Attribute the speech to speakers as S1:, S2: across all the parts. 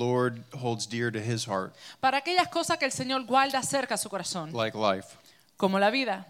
S1: Lord holds dear to his heart,
S2: para aquellas cosas que el Señor guarda cerca a su corazón,
S1: like life.
S2: como la vida.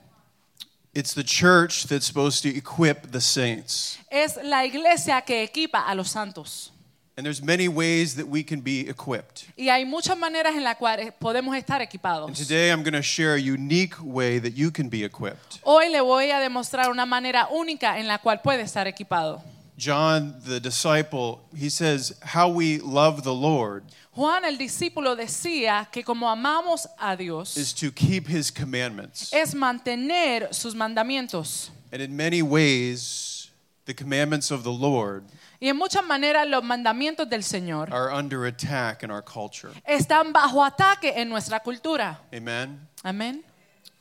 S1: It's the church that's supposed to equip the saints.
S2: Es la iglesia que equipa a los santos.
S1: And there's many ways that we can be equipped.
S2: Y hay muchas maneras en las cuales podemos estar
S1: And
S2: equipados.
S1: today I'm going to share a unique way that you can be equipped.
S2: Hoy le voy a demostrar una manera única en la cual puede estar equipado.
S1: John, the disciple, he says, How we love the Lord
S2: Juan el discípulo decía que como amamos a Dios
S1: is to keep his commandments.
S2: es mantener sus mandamientos.
S1: And in many ways, the commandments of the Lord
S2: Y en muchas maneras los mandamientos del Señor
S1: are under attack in our culture.
S2: están bajo ataque en nuestra cultura.
S1: Amen?
S2: Amén.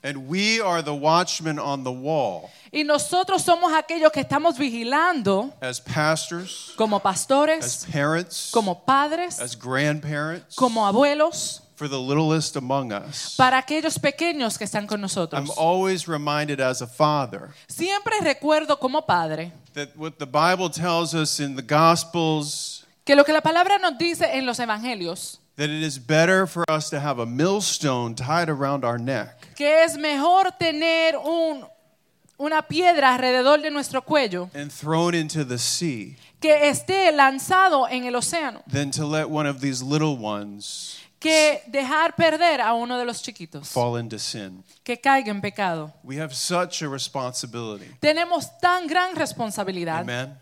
S1: And we are the watchmen on the wall
S2: Y nosotros somos aquellos que estamos vigilando
S1: as pastors,
S2: como
S1: as
S2: pastores,
S1: parents,
S2: como padres,
S1: as grandparents,
S2: como abuelos,
S1: for the littlest among us.
S2: para aquellos pequeños que están con nosotros.
S1: I'm always reminded as a father
S2: Siempre recuerdo como padre
S1: that what the Bible tells us in the Gospels
S2: que lo que la palabra nos dice en los evangelios,
S1: that it is better for us to have a millstone tied around our neck
S2: que es mejor tener un, una piedra alrededor de nuestro cuello
S1: and thrown into the sea
S2: que esté lanzado en el océano
S1: than to let one of these little ones
S2: que dejar perder a uno de los chiquitos
S1: fall into sin.
S2: que caiga en pecado.
S1: We have such a responsibility.
S2: Tenemos tan gran responsabilidad.
S1: Amen.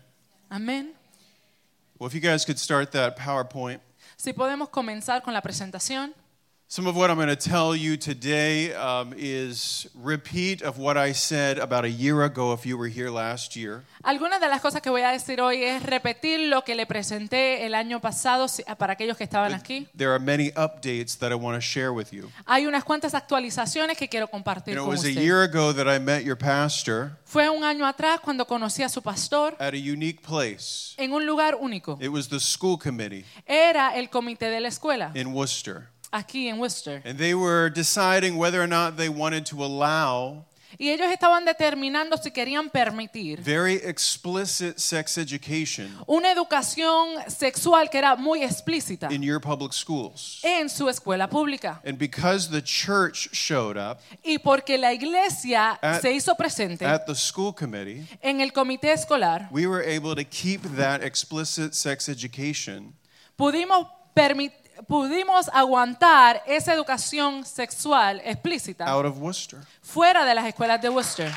S2: Amén.
S1: Well, if you guys could start that PowerPoint.
S2: Si podemos comenzar con la presentación.
S1: Some of what I'm going to tell you today um, is repeat of what I said about a year ago if you were here last year.
S2: Algunas de las cosas que voy a decir hoy es repetir lo que le presenté el año pasado si- ah, para aquellos que estaban aquí.
S1: There are many updates that I want to share with you.
S2: Hay unas cuantas actualizaciones que quiero compartir
S1: You know, it
S2: con
S1: was a
S2: ustedes.
S1: year ago that I met your pastor
S2: Fue un año atrás cuando conocí a su pastor
S1: at a unique place.
S2: en un lugar único.
S1: It was the school committee
S2: Era el comité de la escuela,
S1: in Worcester.
S2: aquí en Worcester.
S1: And they were deciding whether or not they wanted to allow
S2: Y ellos estaban determinando si querían permitir
S1: very explicit sex education
S2: una educación sexual que era muy explícita
S1: in your public schools.
S2: en su escuela pública.
S1: And because the church showed up
S2: Y porque la iglesia
S1: At-
S2: se hizo presente
S1: at the school committee,
S2: en el comité escolar,
S1: we were able to keep that explicit sex education
S2: pudimos, permi- pudimos aguantar esa educación sexual explícita
S1: out of Worcester.
S2: fuera de las escuelas de Worcester.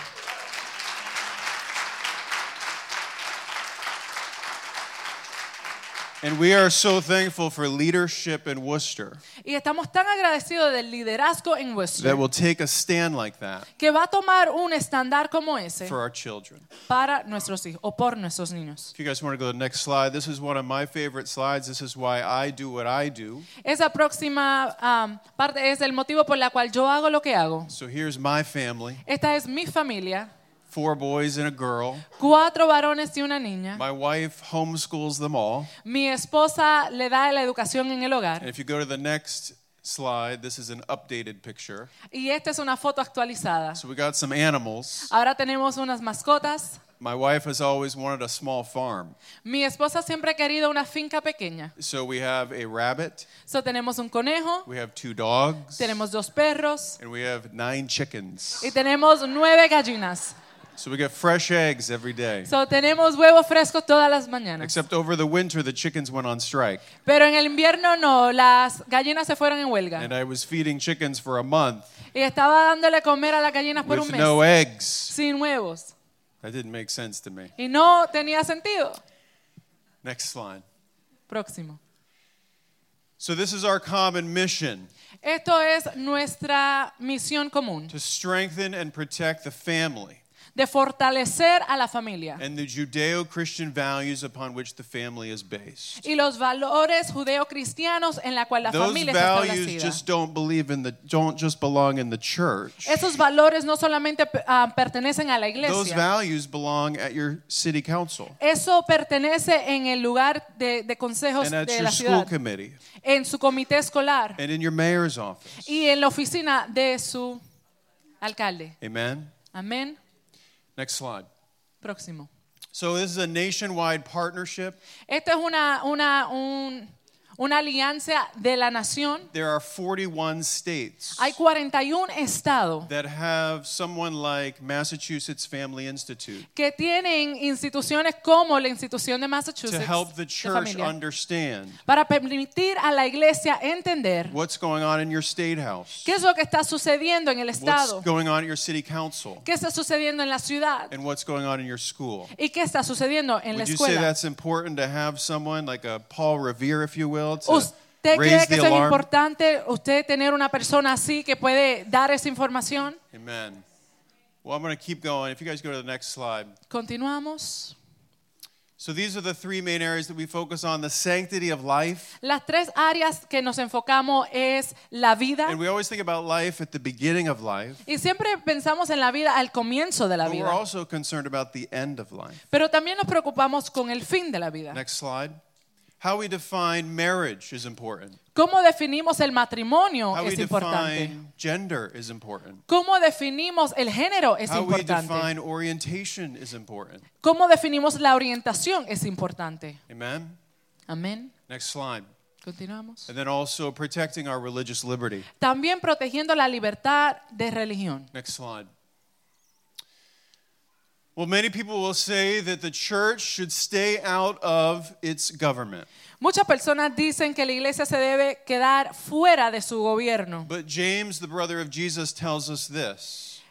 S1: And we are so thankful for leadership in Worcester
S2: Y estamos tan agradecidos del liderazgo en Worcester
S1: that will take a stand like that
S2: que va a tomar un estándar como ese
S1: for our children.
S2: para nuestros hijos o por nuestros niños.
S1: If you guys want to go to the next slide, this is one of my favorite slides. This is why I do what I do.
S2: Esa próxima am, parte es el motivo por la cual yo hago lo que hago.
S1: So here's my family
S2: Esta es mi familia,
S1: four boys and a girl.
S2: Uh-huh. cuatro varones y una niña.
S1: My wife homeschools them all.
S2: Mi esposa le da la educación en el
S1: And
S2: hogar
S1: if you go to the next slide, this is an updated picture.
S2: y esta es una foto actualizada.
S1: So we got some animals.
S2: Ahora tenemos unas mascotas.
S1: My wife has always wanted a small farm.
S2: Mi esposa siempre ha querido una finca pequeña.
S1: So we have a rabbit,
S2: So tenemos un conejo,
S1: we have two dogs,
S2: tenemos dos perros
S1: and we have nine chickens.
S2: y tenemos nueve gallinas.
S1: So we get fresh eggs every day.
S2: So tenemos huevos frescos todas las mañanas.
S1: Except over the winter, the chickens went on strike.
S2: Pero en el invierno no, las gallinas se fueron en huelga.
S1: And I was feeding chickens for a month.
S2: Y estaba dándole comer a las gallinas por un
S1: with
S2: mes
S1: no eggs.
S2: sin huevos.
S1: That didn't make sense to me.
S2: Y no tenía sentido.
S1: Next slide.
S2: Próximo.
S1: So this is our common mission
S2: Esto es nuestra misión común,
S1: to strengthen and protect the family
S2: de fortalecer a la familia
S1: and the Judeo-Christian values upon which the family is based.
S2: y los valores judeocristianos en la cual la
S1: Those
S2: familia está
S1: values
S2: establecida.
S1: just don't believe in the don't just belong in the church.
S2: Esos valores no solamente ah, pertenecen a la
S1: Those
S2: iglesia,
S1: values belong at your city council
S2: eso pertenece en el lugar de, de consejos
S1: and at
S2: de
S1: your
S2: la
S1: school
S2: ciudad,
S1: committee
S2: en su comité escolar
S1: and in your mayor's office.
S2: y en la oficina de su alcalde.
S1: Amen.
S2: Amén.
S1: Next slide.
S2: Próximo.
S1: So this is a nationwide partnership
S2: Esto es una, una, un, una alianza de la nación.
S1: There are 41 states
S2: Hay 41 estados
S1: that have someone like Massachusetts Family Institute
S2: que tienen instituciones como la institución de
S1: to
S2: Massachusetts
S1: help the
S2: de
S1: church
S2: familia,
S1: understand
S2: para permitir a la iglesia entender
S1: what's going on in your state house,
S2: qué es lo que está sucediendo en el
S1: what's
S2: estado,
S1: going on at your city council,
S2: qué está sucediendo en la ciudad
S1: and what's going on in your school.
S2: y qué está sucediendo en la
S1: Would you say
S2: escuela.
S1: that's important to have someone like a Paul Revere, if you will, to
S2: ¿Usted cree
S1: raise
S2: que
S1: the
S2: eso es
S1: alarm?
S2: importante usted tener una persona así que puede dar esa información?
S1: Amen. Well, I'm going to keep going. If you guys go to the next slide.
S2: Continuamos.
S1: So these are the three main areas that we focus on the sanctity of life.
S2: Las tres áreas que nos enfocamos es la vida
S1: And we always think about life at the beginning of life,
S2: y siempre pensamos en la vida al comienzo de la
S1: but we're
S2: vida,
S1: also concerned about the end of life.
S2: pero también nos preocupamos con el fin de la vida.
S1: Next slide. How we define marriage is important.
S2: ¿Cómo definimos el matrimonio?
S1: How we
S2: Oh, Es importante.
S1: define gender is important.
S2: ¿Cómo definimos el género? Es
S1: How we
S2: importante.
S1: define orientation is important.
S2: ¿Cómo definimos la orientación? Es importante.
S1: Amen.
S2: Amén.
S1: Next slide.
S2: Continuamos.
S1: And then also protecting our religious liberty.
S2: También protegiendo la libertad de religión.
S1: Next slide. Well, many people will say that the church should stay out of its government.
S2: Muchas personas dicen que la iglesia se debe quedar fuera de su gobierno,
S1: But James, the brother of Jesus, tells us this.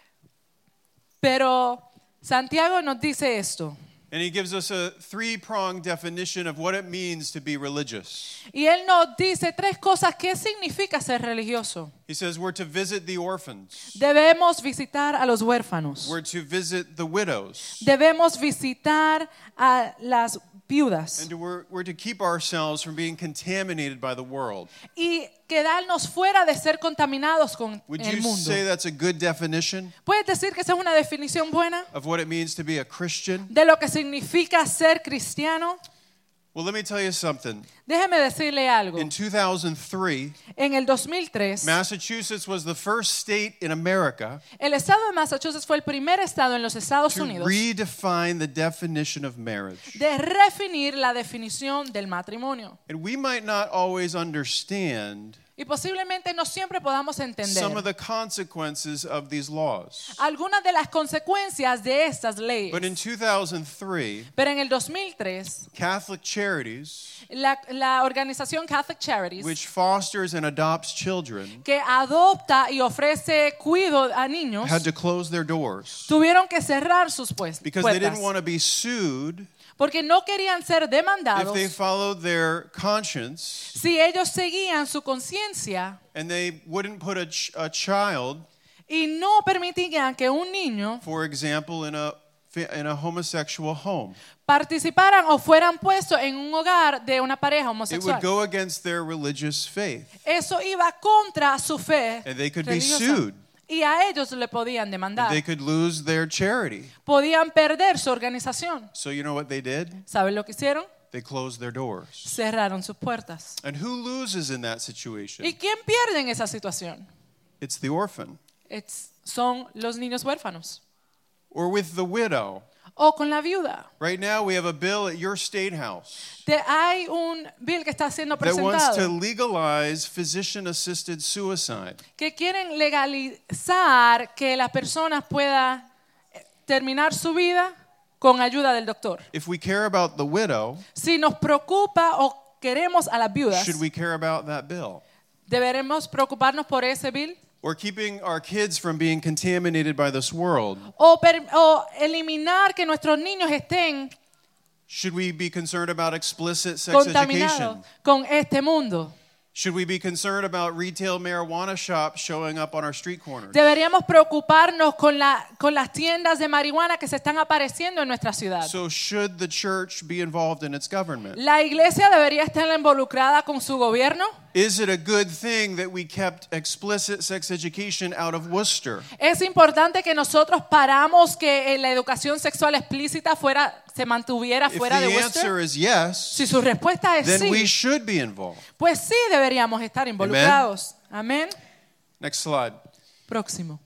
S2: pero Santiago nos dice esto.
S1: And he gives us a three pronged definition of what it means to be religious.
S2: Y él nos dice tres cosas. ¿Qué significa ser religioso?
S1: He says we're to visit the orphans,
S2: Debemos visitar a los huérfanos.
S1: we're to visit the widows,
S2: Debemos visitar a las viudas
S1: and we're, we're to keep ourselves from being contaminated by the world.
S2: y quedarnos fuera de ser contaminados con
S1: Would
S2: el
S1: you
S2: mundo.
S1: say that's a good definition
S2: ¿Puedes decir que esa es una definición buena
S1: of what it means to be a Christian?
S2: de lo que significa ser cristiano?
S1: Well, let me tell you something.
S2: Déjeme decirle algo.
S1: In 2003,
S2: En el 2003,
S1: Massachusetts was the first state in America
S2: el estado de Massachusetts fue el primer estado en los Estados
S1: to
S2: Unidos
S1: redefine the definition of marriage.
S2: de redefinir la definición del matrimonio.
S1: And we might not always understand
S2: Y posiblemente no siempre podamos
S1: some of
S2: entender
S1: the consequences of these laws.
S2: algunas de las consecuencias de estas
S1: But in
S2: leyes.
S1: 2003,
S2: Pero en el 2003,
S1: Catholic Charities,
S2: la, la organización Catholic Charities,
S1: which fosters and adopts children,
S2: que adopta y ofrece cuidado a niños,
S1: had to close their doors
S2: tuvieron que cerrar sus pues-
S1: because they didn't
S2: puertas
S1: want to be sued
S2: porque no querían ser
S1: if
S2: demandados
S1: they followed their conscience
S2: si ellos seguían su conciencia
S1: and they wouldn't put a, ch- a child
S2: y no permitían que un niño
S1: for example, in a in a homosexual home,
S2: participaran o fueran puestos en un hogar de una pareja
S1: it would
S2: homosexual.
S1: go against their religious faith,
S2: Eso iba contra su fe
S1: And they could be
S2: religiosa.
S1: sued.
S2: y a ellos le podían demandar,
S1: they could lose their charity.
S2: podían perder su organización.
S1: So you know what they did?
S2: ¿Saben lo que hicieron?
S1: They closed their doors.
S2: Cerraron sus puertas.
S1: And who loses in that
S2: ¿Y
S1: situation?
S2: quién pierde en esa situación?
S1: It's the orphan,
S2: Es- son los niños huérfanos
S1: or with the widow.
S2: o con la viuda.
S1: Right now, we have a bill at your state house
S2: Te- hay un bill que está siendo
S1: that wants to
S2: presentado
S1: legalize physician-assisted suicide.
S2: que quieren legalizar que las personas puedan eh, terminar su vida con ayuda del doctor.
S1: If we care about the widow,
S2: Si nos preocupa o queremos a las viudas,
S1: should we care about that bill?
S2: ¿deberemos preocuparnos por ese bill?
S1: Or keeping our kids from being contaminated by this world?
S2: O, per- o eliminar que nuestros niños estén
S1: Should we be concerned about explicit sex
S2: contaminados
S1: education?
S2: con este mundo?
S1: Should we be concerned about retail marijuana shops showing up on our street corners?
S2: Deberíamos preocuparnos con, la, con las tiendas de marihuana que se están apareciendo en nuestra ciudad.
S1: So, should the church be involved in its government?
S2: ¿La iglesia debería estar involucrada con su gobierno?
S1: Is it a good thing that we kept explicit sex education out of Worcester?
S2: Es importante que nosotros paramos que eh, la educación sexual explícita fuera, se mantuviera
S1: If the
S2: fuera de Worcester.
S1: answer is yes,
S2: Si su respuesta es
S1: then we
S2: sí,
S1: should be involved.
S2: pues sí deberíamos estar involucrados. Amén.
S1: Next slide.
S2: Próximo.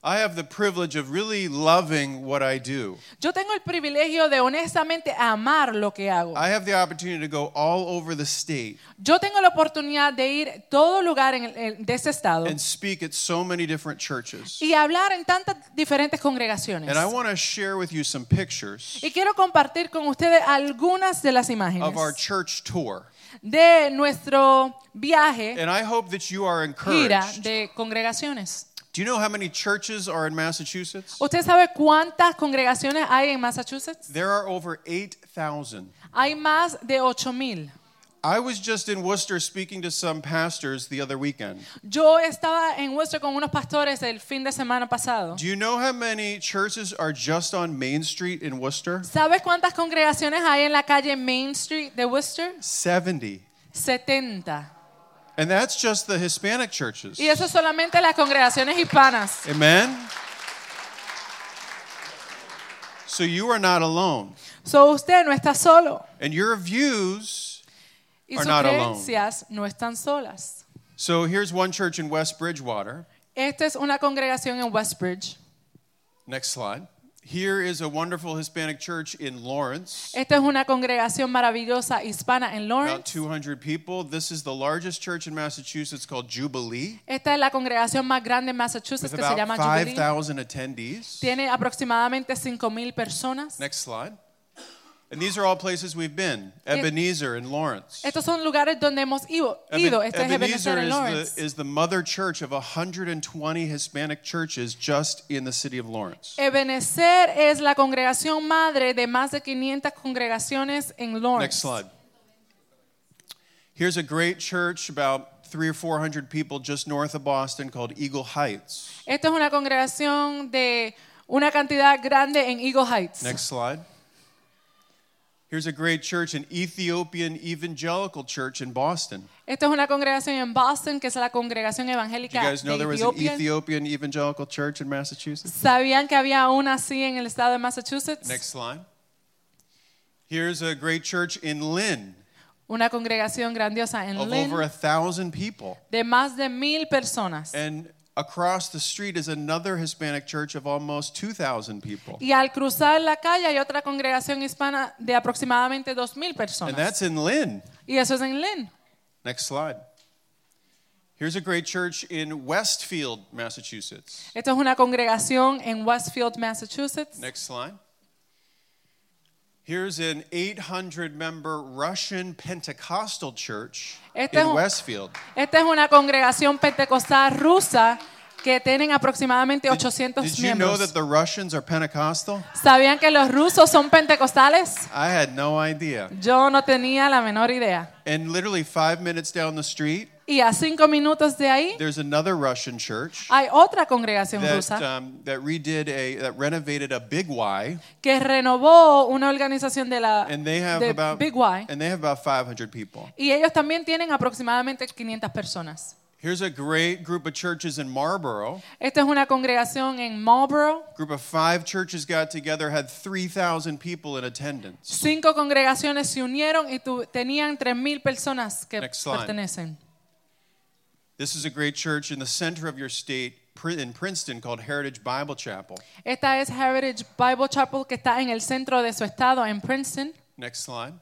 S1: I have the privilege of really loving what I do.
S2: Yo tengo el privilegio de honestamente amar lo que hago.
S1: I have the opportunity to go all over the state
S2: Yo tengo la oportunidad de ir a todo lugar en el- en- de ese estado
S1: and speak at so many different churches.
S2: y hablar en tantas diferentes congregaciones.
S1: And I want to share with you some pictures
S2: Y quiero compartir con ustedes algunas de las imágenes
S1: of our church tour.
S2: de nuestro viaje,
S1: And I hope that you are
S2: gira
S1: encouraged.
S2: de congregaciones.
S1: Do you know how many churches are in Massachusetts?
S2: ¿Usted sabe cuántas congregaciones hay en Massachusetts?
S1: There are over 8,000.
S2: Hay más de 8000.
S1: I was just in Worcester speaking to some pastors the other weekend.
S2: Yo estaba en Worcester con unos pastores el fin de semana pasado.
S1: Do you know how many churches are just on Main Street in Worcester?
S2: ¿Sabes cuántas congregaciones hay en la calle Main Street de Worcester?
S1: 70.
S2: 70.
S1: And that's just the Hispanic churches.
S2: Y eso solamente las congregaciones hispanas.
S1: Amen? So you are not alone.
S2: So usted no está solo.
S1: And your views.
S2: Y
S1: Are
S2: sus
S1: not alone.
S2: creencias no están solas.
S1: So here's one church in West Bridgewater.
S2: Esta es una congregación en Westbridge.
S1: Next slide. Here is a wonderful Hispanic church in Lawrence,
S2: Esta es una congregación maravillosa hispana en
S1: about
S2: Lawrence.
S1: 200 people. This is the largest church in Massachusetts called Jubilee,
S2: Esta es la congregación más grande en
S1: with
S2: Massachusetts que se
S1: about
S2: llama Jubilee.
S1: 5,000 attendees.
S2: Tiene aproximadamente 5.000 personas.
S1: Next slide. And these are all places we've been Ebenezer in Lawrence.
S2: Estos son lugares donde hemos ido.
S1: Eben-
S2: ido. Este es Ebenezer
S1: Ebenezer is
S2: en
S1: the,
S2: Lawrence.
S1: is the mother church of 120 Hispanic churches just in the city of Lawrence.
S2: Ebenezer es la congregación madre de más de 500 congregaciones en Lawrence.
S1: Next slide. Here's a great church, about three or 400 people just north of Boston, called Eagle Heights.
S2: Esta es una congregación de una cantidad grande en Eagle Heights.
S1: Next slide. Here's a great church, an Ethiopian evangelical church in Boston.
S2: Esta es una congregación en Boston, que es la congregación
S1: Do you
S2: evangélica
S1: guys know
S2: de
S1: there was an
S2: Etiopía.
S1: Ethiopian evangelical church in Massachusetts?
S2: ¿Sabían que había una así en el estado de Massachusetts?
S1: Next slide. Here's a great church in Lynn
S2: Una congregación grandiosa en
S1: of
S2: Lynn
S1: over a thousand people.
S2: de más de mil personas.
S1: And across the street is another Hispanic church of almost 2,000 people.
S2: Y al cruzar la calle hay otra congregación hispana de aproximadamente dos mil
S1: And
S2: personas.
S1: that's in Lynn.
S2: Y eso es en Lynn.
S1: Next slide. Here's a great church in Westfield, Massachusetts.
S2: Esta es una congregación en Westfield, Massachusetts.
S1: Next slide. Here's an 800 member Russian Pentecostal church
S2: Este es
S1: in
S2: un-
S1: Westfield.
S2: Esta es una congregación pentecostal rusa que tienen aproximadamente 800
S1: Did you know
S2: miembros.
S1: that the Russians are Pentecostal?
S2: ¿Sabían que los rusos son pentecostales?
S1: I had no idea.
S2: Yo no tenía la menor idea.
S1: And literally five minutes down the street,
S2: Y a cinco minutos de ahí
S1: there's another Russian church
S2: hay otra congregación
S1: that,
S2: Ah, rusa
S1: um, that redid a, that renovated a big Y,
S2: que renovó una organización de la
S1: uh, and they have
S2: de
S1: about
S2: Big Y.
S1: and they have about 500 people.
S2: Y ellos también tienen aproximadamente 500 personas.
S1: Here's a great group of churches in Marlboro.
S2: Esta es una congregación en Marlboro.
S1: Group of five churches got together, had 3,000 people in attendance.
S2: Cinco congregaciones se unieron y tu- tenían 3.000 personas que
S1: Next slide.
S2: pertenecen.
S1: This is a great church in the center of your state Prin- in Princeton called Heritage Bible Chapel.
S2: Esta es Heritage Bible Chapel que está en el centro de su estado, en Princeton.
S1: Next slide.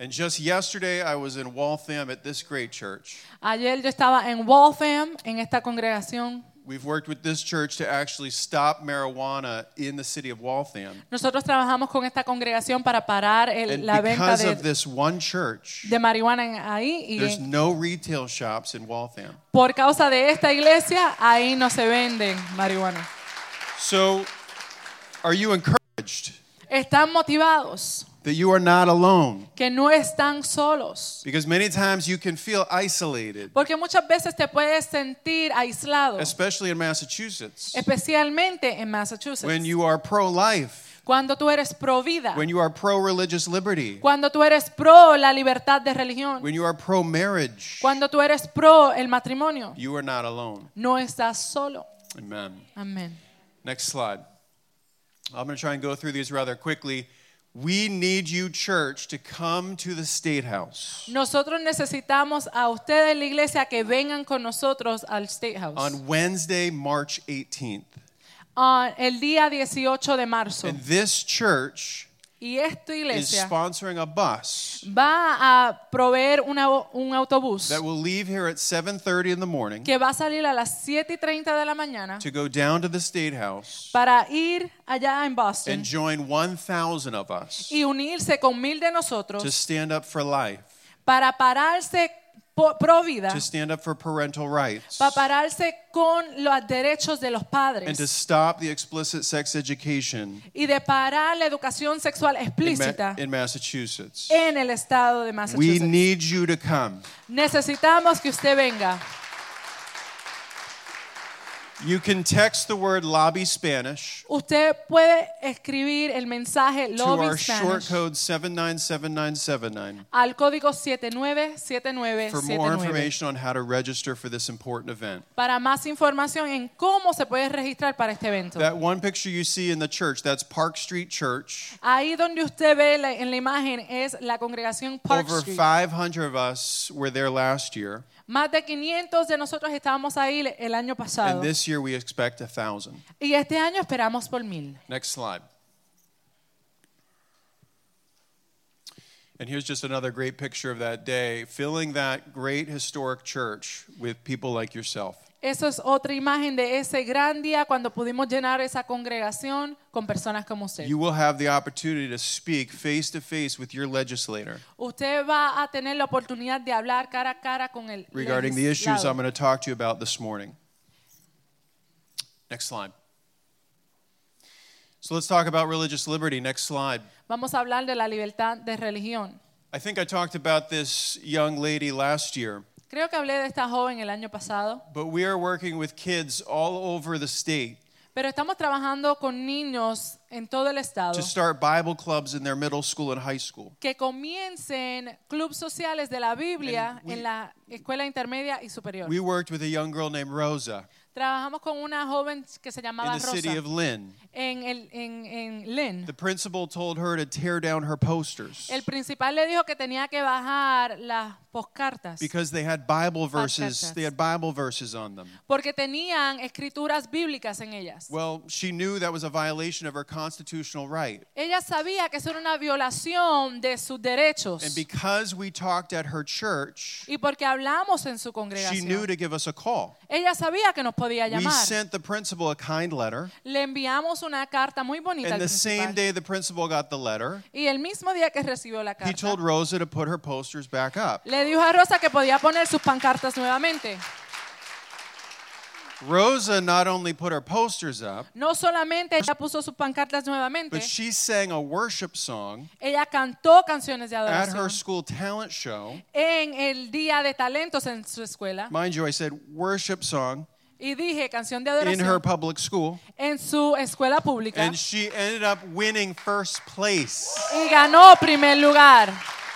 S1: And just yesterday, I was in Waltham at this great church.
S2: Ayer yo estaba en Waltham, en esta congregación.
S1: We've worked with this church to actually stop marijuana in the city of Waltham.
S2: Nosotros trabajamos con esta congregación para parar el-
S1: And
S2: la venta
S1: because
S2: de,
S1: of this one church,
S2: de marihuana en- ahí. Y
S1: there's
S2: en-
S1: no retail shops in Waltham.
S2: por causa de esta iglesia, ahí no se venden marihuana.
S1: So, are you encouraged
S2: Están motivados,
S1: that you are not alone?
S2: que no están solos.
S1: Because many times you can feel isolated,
S2: Porque muchas veces te puedes sentir aislado,
S1: especially in Massachusetts.
S2: especialmente en Massachusetts.
S1: When you are pro life,
S2: cuando tú eres pro vida,
S1: when you are pro religious liberty,
S2: cuando tú eres pro la libertad de religión,
S1: when you are pro marriage,
S2: cuando tú eres pro el matrimonio,
S1: you are not alone.
S2: no estás solo.
S1: Amen.
S2: Amén.
S1: Next slide. I'm going to try and go through these rather quickly. We need you, church, to come to the State House
S2: Nosotros necesitamos a ustedes, la iglesia, que vengan con nosotros al State House
S1: on Wednesday, March 18th.
S2: on Ah, el día 18 de marzo.
S1: And this church
S2: Y esta
S1: is
S2: iglesia
S1: sponsoring a bus
S2: va a proveer una- un autobús
S1: that will leave here at 7:30 in the morning
S2: que va a salir a las 7 y 30 de la mañana
S1: to go down to the State House
S2: para ir allá en Boston
S1: and join 1,000 of us
S2: y unirse con mil de nosotros
S1: to stand up for life,
S2: para pararse po- pro vida,
S1: to stand up for parental rights,
S2: para pararse con los derechos de los
S1: and to
S2: padres
S1: stop the explicit sex education
S2: y de parar la educación sexual
S1: in, Ma-
S2: explícita
S1: in Massachusetts.
S2: en el estado de
S1: We
S2: Massachusetts.
S1: need you to come.
S2: Necesitamos que usted venga.
S1: You can text the word lobby Spanish
S2: Usted puede escribir el mensaje
S1: to our
S2: Lobby
S1: short
S2: Spanish
S1: code 797979
S2: al código
S1: for more
S2: 797979
S1: information on how to register for this important event.
S2: para más información en cómo se puede registrar para este evento.
S1: That one picture you see in the church, that's Park Street Church.
S2: Ahí donde usted ve la- en la imagen es la congregación Park
S1: Over
S2: Street.
S1: 500 of us were there last year,
S2: Más de 500 de nosotros estábamos ahí le- el año pasado.
S1: and this year we expect 1,000.
S2: y este año esperamos por mil.
S1: Next slide. And here's just another great picture of that day, filling that great historic church with people like yourself.
S2: Eso es otra imagen de ese gran día cuando pudimos llenar esa congregación con personas como usted.
S1: You will have the opportunity to speak face to face with your legislator
S2: usted va a tener la oportunidad de hablar cara a cara con el
S1: regarding the issues
S2: legislado.
S1: I'm going to talk to you about this morning. Next slide. So let's talk about religious liberty. Next slide.
S2: Vamos a hablar de la libertad de religión.
S1: I think I talked about this young lady last year,
S2: Creo que hablé de esta joven el año pasado,
S1: but we are working with kids all over the state
S2: pero estamos trabajando con niños en todo el estado
S1: to start Bible clubs in their middle school and high school.
S2: que comiencen clubes sociales de la Biblia
S1: And we-
S2: en la escuela intermedia y superior.
S1: We worked with a young girl named Rosa
S2: Trabajamos con una joven que se
S1: in
S2: llamaba
S1: the city
S2: Rosa
S1: of Lynn.
S2: en, el, en, en Lynn.
S1: The principal told her to tear down her posters.
S2: El principal le dijo que tenía que bajar las postcartas
S1: because they had Bible verses.
S2: cartas.
S1: They had Bible verses on them.
S2: porque tenían escrituras bíblicas en ellas.
S1: Well, she knew that was a violation of her constitutional right.
S2: Ella sabía que eso era una violación de sus derechos
S1: And because we talked at her church,
S2: y porque hablamos en su
S1: she knew
S2: congregación.
S1: to give us a call.
S2: Ella sabía que nos podía
S1: We
S2: llamar.
S1: sent the principal a kind letter.
S2: Le enviamos una carta muy bonita al
S1: And the same
S2: principal.
S1: day the principal got the letter,
S2: Y el mismo día que recibió la
S1: he
S2: carta,
S1: told Rosa to put her posters back up.
S2: le dijo a Rosa que podía poner sus pancartas nuevamente.
S1: Rosa not only put her posters up,
S2: No solamente ella puso sus pancartas nuevamente,
S1: but she sang a worship song
S2: ella cantó canciones de
S1: at her
S2: adoración
S1: school talent show.
S2: en el día de talentos en su escuela
S1: Mind you, I said worship song
S2: y dije canción de
S1: in her
S2: adoración
S1: public school.
S2: en su escuela pública
S1: And she ended up winning first place.
S2: y ganó primer lugar.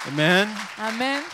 S1: Amen.
S2: Amén.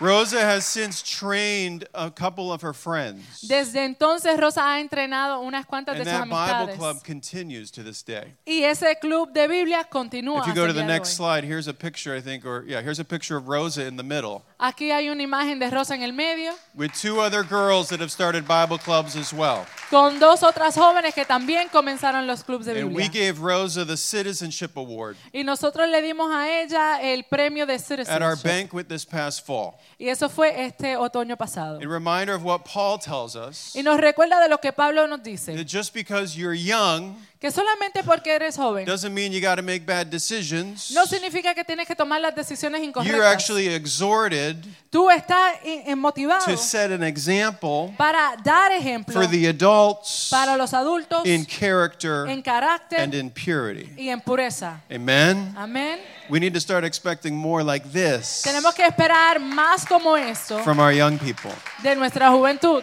S1: Rosa has since trained a couple of her friends.
S2: Desde entonces Rosa ha entrenado unas cuantas de
S1: And that
S2: sus
S1: Bible club
S2: amistades
S1: continues to this day.
S2: y ese club de Biblia continúa.
S1: If you
S2: hasta
S1: go to
S2: el
S1: the
S2: día de
S1: next
S2: hoy.
S1: slide, here's a picture, I think, or yeah, here's a picture of Rosa in the middle
S2: Aquí hay una imagen de Rosa en el medio
S1: with two other girls that have started Bible clubs as well.
S2: con dos otras jóvenes que también comenzaron los clubes de
S1: And we
S2: Biblia.
S1: gave Rosa the Citizenship Award
S2: Y nosotros le dimos a ella el premio de
S1: at our
S2: Citizenship.
S1: banquet this past fall.
S2: Y eso fue este otoño pasado.
S1: A reminder of what Paul tells us
S2: Y nos recuerda de lo que Pablo nos dice,
S1: that just because you're young
S2: que solamente porque eres joven
S1: doesn't mean you got to make bad decisions.
S2: no significa que tienes que tomar las decisiones
S1: You're
S2: incorrectas.
S1: actually exhorted
S2: Tú estás in- in- motivado
S1: to set an example
S2: para dar ejemplo
S1: for the adults
S2: para los adultos
S1: in character
S2: en carácter
S1: and in purity.
S2: y en pureza.
S1: Amen.
S2: Amén.
S1: We need to start expecting more like this
S2: Tenemos que esperar más como esto
S1: from our young people.
S2: de nuestra juventud.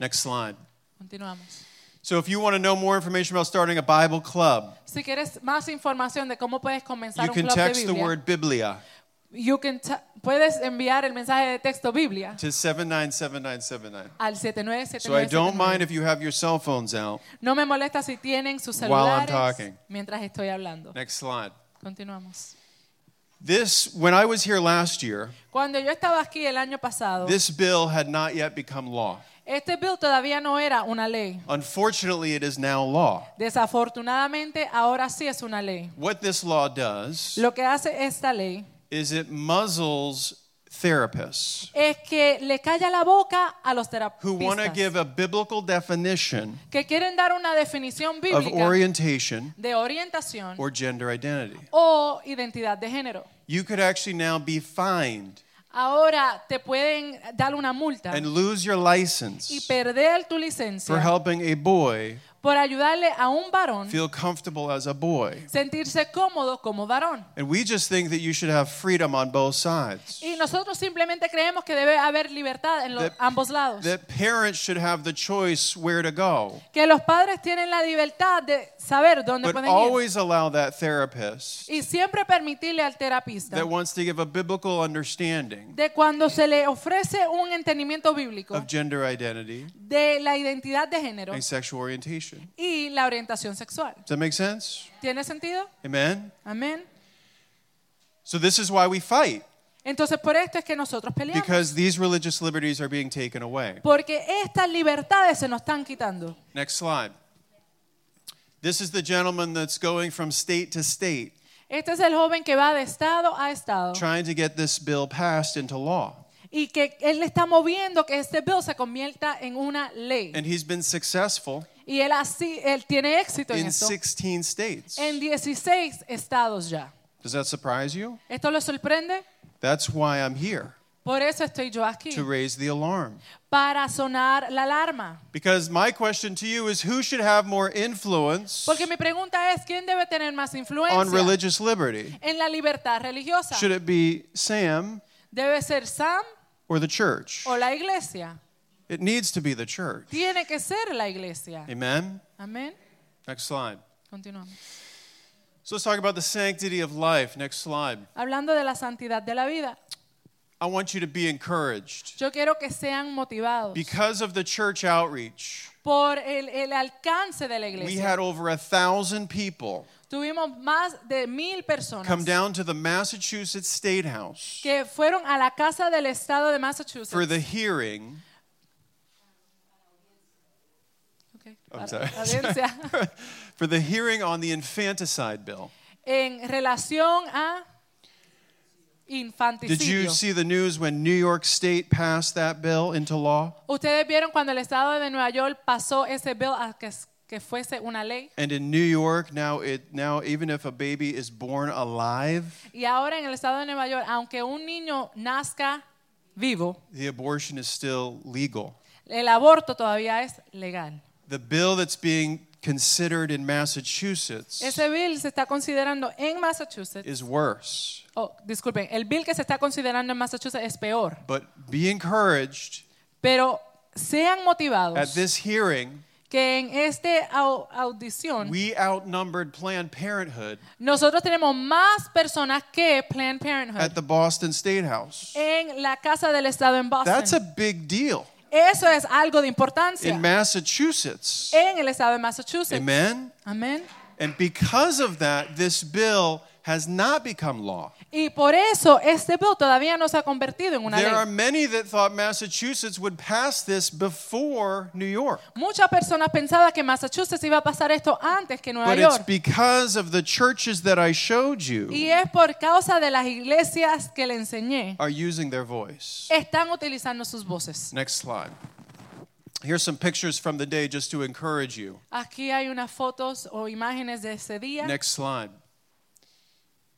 S1: Next slide.
S2: Continuamos.
S1: So, if you want to know more information about starting a Bible club,
S2: Si quieres más información de cómo puedes comenzar
S1: you
S2: un
S1: can
S2: club de
S1: text the
S2: Biblia,
S1: word Biblia
S2: you can ta- puedes enviar el mensaje de texto Biblia
S1: to 797979.
S2: al
S1: So, I
S2: 797979.
S1: don't mind if you have your cell phones out.
S2: No me molesta si tienen sus
S1: While I'm
S2: celulares
S1: talking.
S2: mientras estoy hablando.
S1: Next slide.
S2: Continuamos.
S1: This, when I was here last year,
S2: Cuando yo estaba aquí el año pasado,
S1: this bill had not yet become law.
S2: este bill todavía no era una ley.
S1: Unfortunately, it is now law.
S2: Desafortunadamente, ahora sí es una ley.
S1: What this law does
S2: Lo que hace esta ley
S1: is it muzzles therapists
S2: es que le calla la boca a los
S1: who want to
S2: terapeutas
S1: give a biblical definition
S2: que quieren dar una definición
S1: of
S2: bíblica
S1: orientation
S2: de orientación
S1: or gender identity.
S2: o identidad de género.
S1: You could actually now be fined
S2: Ahora te pueden dar una multa
S1: and lose your
S2: y
S1: license
S2: perder tu
S1: for
S2: licencia
S1: helping a boy
S2: por ayudarle a un varón
S1: feel comfortable as a boy.
S2: sentirse cómodo como varón.
S1: And we just think that you should have freedom on both sides.
S2: Y nosotros simplemente creemos que debe haber libertad en los-
S1: That-
S2: ambos lados.
S1: That parents should have the choice where to go.
S2: que los padres tienen la libertad de saber dónde
S1: But
S2: pueden ir.
S1: always allow that therapist
S2: Y siempre permitirle al terapista
S1: that wants to give a biblical understanding
S2: de cuando se le ofrece un entendimiento bíblico
S1: of gender identity
S2: de la identidad de género
S1: and sexual orientation.
S2: y la orientación sexual.
S1: Does that make sense?
S2: ¿Tiene sentido?
S1: Amen?
S2: Amén.
S1: So, this is why we fight
S2: Entonces por esto es que nosotros peleamos.
S1: because these religious liberties are being taken away.
S2: Porque estas libertades se nos están quitando.
S1: Next slide. This is the gentleman that's going from state to state
S2: Este es el joven que va de estado a estado
S1: trying to get this bill passed into law.
S2: y que él le está moviendo que este bill se convierta en una ley.
S1: And he's been successful
S2: Y él así, él tiene éxito en
S1: in
S2: esto.
S1: 16 states.
S2: En 16 estados ya.
S1: Does that surprise you?
S2: ¿Esto lo sorprende?
S1: That's why I'm here
S2: Por eso estoy yo aquí,
S1: to raise the alarm.
S2: para sonar la alarma.
S1: Because my question to you is who should have more influence
S2: Porque mi pregunta es, ¿quién debe tener más
S1: on
S2: influencia
S1: religious liberty?
S2: en la libertad religiosa?
S1: Should it be Sam
S2: ¿Debe ser Sam
S1: or the church?
S2: o la iglesia?
S1: It needs to be the church.
S2: Tiene que ser la iglesia.
S1: Amen?
S2: Amén.
S1: Next slide.
S2: Continuamos.
S1: So let's talk about the sanctity of life. Next slide.
S2: Hablando de la santidad de la vida,
S1: I want you to be encouraged.
S2: yo quiero que sean motivados
S1: Because of the church outreach,
S2: por el, el alcance de la
S1: we
S2: iglesia.
S1: had over a thousand people
S2: Tuvimos más de mil personas
S1: come down to the Massachusetts State House
S2: que fueron a la casa del estado de Massachusetts.
S1: for the hearing
S2: Ok,
S1: I'm
S2: para
S1: sorry.
S2: la audiencia.
S1: for the hearing on the infanticide bill.
S2: en relación a
S1: Did you
S2: infanticidio.
S1: see the news when New York State passed that bill into law?
S2: Ustedes vieron cuando el estado de Nueva York pasó ese bill a que, que fuese una ley.
S1: And in New York now it now even if a baby is born alive,
S2: Y ahora en el estado de Nueva York, aunque un niño nazca vivo,
S1: the abortion is still legal.
S2: el aborto todavía es legal.
S1: The bill that's being considered in Massachusetts
S2: Ese bill se está considerando en Massachusetts.
S1: is worse.
S2: Oh, disculpen, el bill que se está considerando en Massachusetts es peor.
S1: But be encouraged
S2: Pero sean
S1: at
S2: motivados
S1: this hearing,
S2: que en esta audición
S1: we outnumbered Planned Parenthood
S2: nosotros tenemos más personas que Planned Parenthood.
S1: at the Boston State House.
S2: en la casa del estado en Boston.
S1: That's a big deal
S2: Eso es algo de importancia
S1: in Massachusetts.
S2: en el estado de Massachusetts.
S1: Amen.
S2: Amén.
S1: And because of that, this bill has not become law.
S2: Y por eso este bill todavía no se ha convertido en una
S1: There are
S2: ley.
S1: many that thought Massachusetts would pass this before New York.
S2: Muchas personas pensaban que Massachusetts iba a pasar esto antes que Nueva
S1: But it's
S2: York.
S1: because of the churches that I showed
S2: Y
S1: you
S2: es por causa de las iglesias que le enseñé.
S1: are using their voice.
S2: Están utilizando sus voces.
S1: Next slide. Here's some pictures from the day just to encourage you.
S2: Aquí hay unas fotos o imágenes de ese día.
S1: Next slide.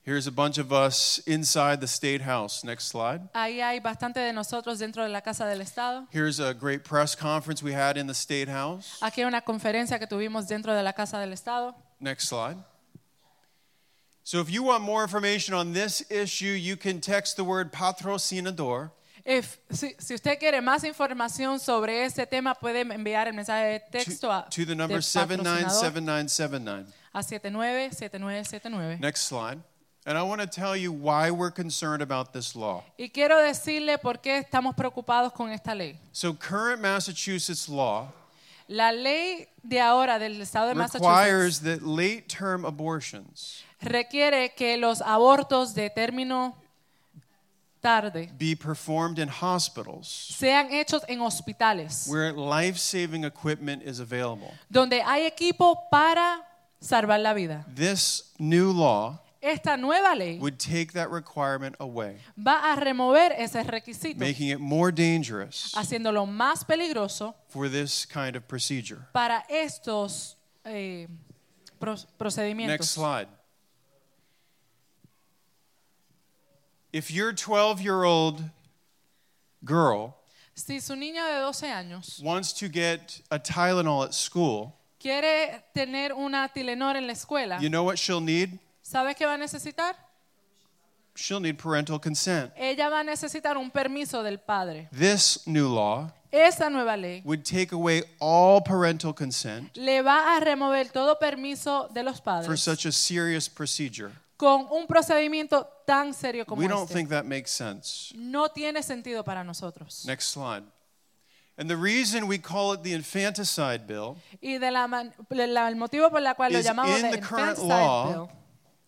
S1: Here's a bunch of us inside the State House. Next slide.
S2: Ahí hay bastante de nosotros dentro de la casa del estado.
S1: Here's a great press conference we had in the State House.
S2: Aquí hay una conferencia que tuvimos dentro de la casa del estado.
S1: Next slide. So, if you want more information on this issue, you can text the word patrocinador
S2: If- si, si usted quiere más información sobre este tema, puede enviar el mensaje de
S1: to,
S2: texto a,
S1: to the
S2: de
S1: number
S2: patrocinador
S1: 797979.
S2: a 797979.
S1: Next slide. And I want to tell you why we're concerned about this law.
S2: Y quiero decirle por qué estamos preocupados con esta ley.
S1: So, current Massachusetts law
S2: La ley de ahora del estado de Massachusetts
S1: requires that late term abortions
S2: requiere que los abortos de término tarde
S1: be performed in hospitals
S2: sean hechos en hospitales
S1: where life saving equipment is available.
S2: donde hay equipo para salvar la vida.
S1: This new law
S2: Esta nueva ley
S1: would take that requirement away,
S2: va a remover ese requisito,
S1: making it more dangerous
S2: haciéndolo más peligroso
S1: for this kind of procedure.
S2: para estos eh, pro-
S1: Next
S2: procedimientos.
S1: slide. If your 12 year old girl
S2: Si su niña de 12 años
S1: wants to get a Tylenol at school,
S2: quiere tener una Tilenor en la escuela,
S1: you know what she'll need?
S2: ¿sabes qué va a necesitar?
S1: She'll need parental consent.
S2: Ella va a necesitar un permiso del padre.
S1: This new law
S2: Esa nueva ley
S1: would take away all parental consent
S2: le va a remover todo permiso de los
S1: for
S2: padres
S1: such a serious procedure.
S2: con un procedimiento tan serio como
S1: We don't
S2: este.
S1: think that makes sense.
S2: No tiene sentido para nosotros.
S1: Next slide. And the reason we call it the infanticide bill,
S2: Y de la man- de la- el motivo por el cual lo
S1: Is
S2: llamamos
S1: in
S2: de
S1: the current
S2: infanticide
S1: law
S2: bill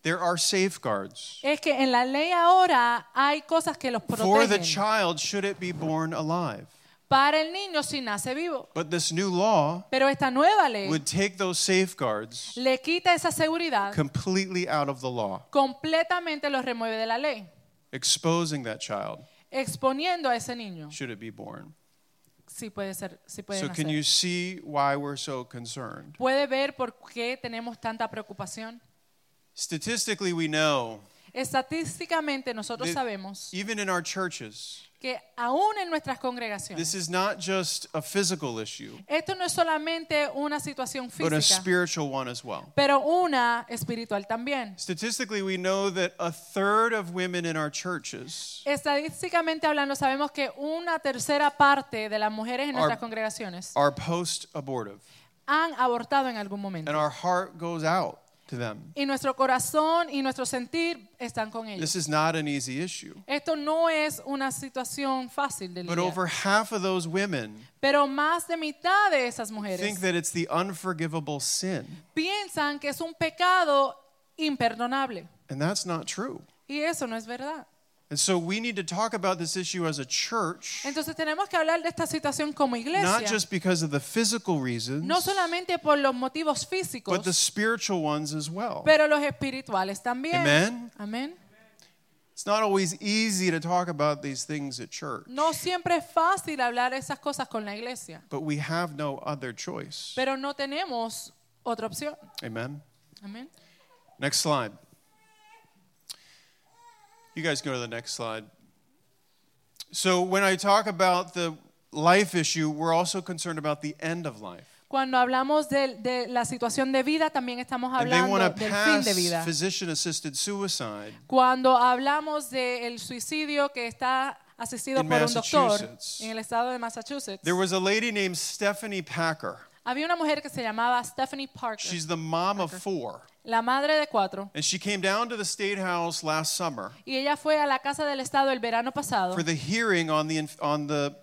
S1: there are safeguards.
S2: es que en la ley ahora hay cosas que los
S1: For the
S2: protegen.
S1: child, should it be born alive.
S2: Para el niño si nace vivo.
S1: But this new law
S2: Pero esta nueva ley
S1: would take those safeguards
S2: le quita esa seguridad,
S1: completely out of the law,
S2: completamente lo remueve de la ley,
S1: exposing that child,
S2: exponiendo a ese niño
S1: should it be born.
S2: si puede ser, si puede
S1: So,
S2: nacer.
S1: can you see why we're so concerned?
S2: Puede ver por qué tenemos tanta preocupación.
S1: Statistically, we know,
S2: Estadísticamente nosotros
S1: This-
S2: sabemos
S1: even in our churches,
S2: que aún en nuestras
S1: this
S2: congregaciones
S1: is not just a physical issue,
S2: esto no es solamente una situación
S1: but a
S2: física,
S1: spiritual one as well.
S2: pero una espiritual también.
S1: Statistically, we know that a third of women in our churches
S2: Estadísticamente hablando, sabemos que una tercera parte de las mujeres en
S1: Are-
S2: nuestras congregaciones
S1: are post abortive,
S2: han abortado en algún
S1: and
S2: momento.
S1: our heart goes out to them.
S2: Y nuestro corazón y nuestro sentir están con ellos.
S1: This is not an easy issue.
S2: Esto no es una situación fácil de
S1: But
S2: lidiar.
S1: over half of those women
S2: Pero más de mitad de esas
S1: think
S2: mujeres
S1: that it's the unforgivable sin,
S2: piensan que es un pecado imperdonable.
S1: and that's not true.
S2: Y eso no es verdad.
S1: And so we need to talk about this issue as a church,
S2: Entonces tenemos que hablar de esta situación como
S1: not
S2: iglesia,
S1: just because of the physical reasons,
S2: no solamente por los motivos
S1: but the
S2: físicos,
S1: spiritual ones as well.
S2: pero los espirituales también.
S1: Amen.
S2: Amén.
S1: It's not always easy to talk about these things at church,
S2: No siempre es fácil hablar esas cosas con la iglesia,
S1: but we have no other choice.
S2: pero no tenemos otra opción.
S1: Amen.
S2: Amén.
S1: Next slide. You guys go to the next slide. So, when I talk about the life issue, we're also concerned about the end of life.
S2: Cuando hablamos de, de la situación de vida, también estamos
S1: And they
S2: hablando
S1: want to
S2: del fin
S1: pass
S2: de vida.
S1: physician assisted suicide
S2: Cuando hablamos del suicidio que está asistido
S1: In
S2: por un doctor
S1: Massachusetts.
S2: en el estado de Massachusetts,
S1: There was a lady named Stephanie Packer.
S2: había una mujer que se llamaba Stephanie Parker,
S1: She's the mom of four.
S2: la madre de cuatro,
S1: And she came down to the State House last summer
S2: y ella fue a la casa del estado el verano pasado
S1: for the hearing on the, on the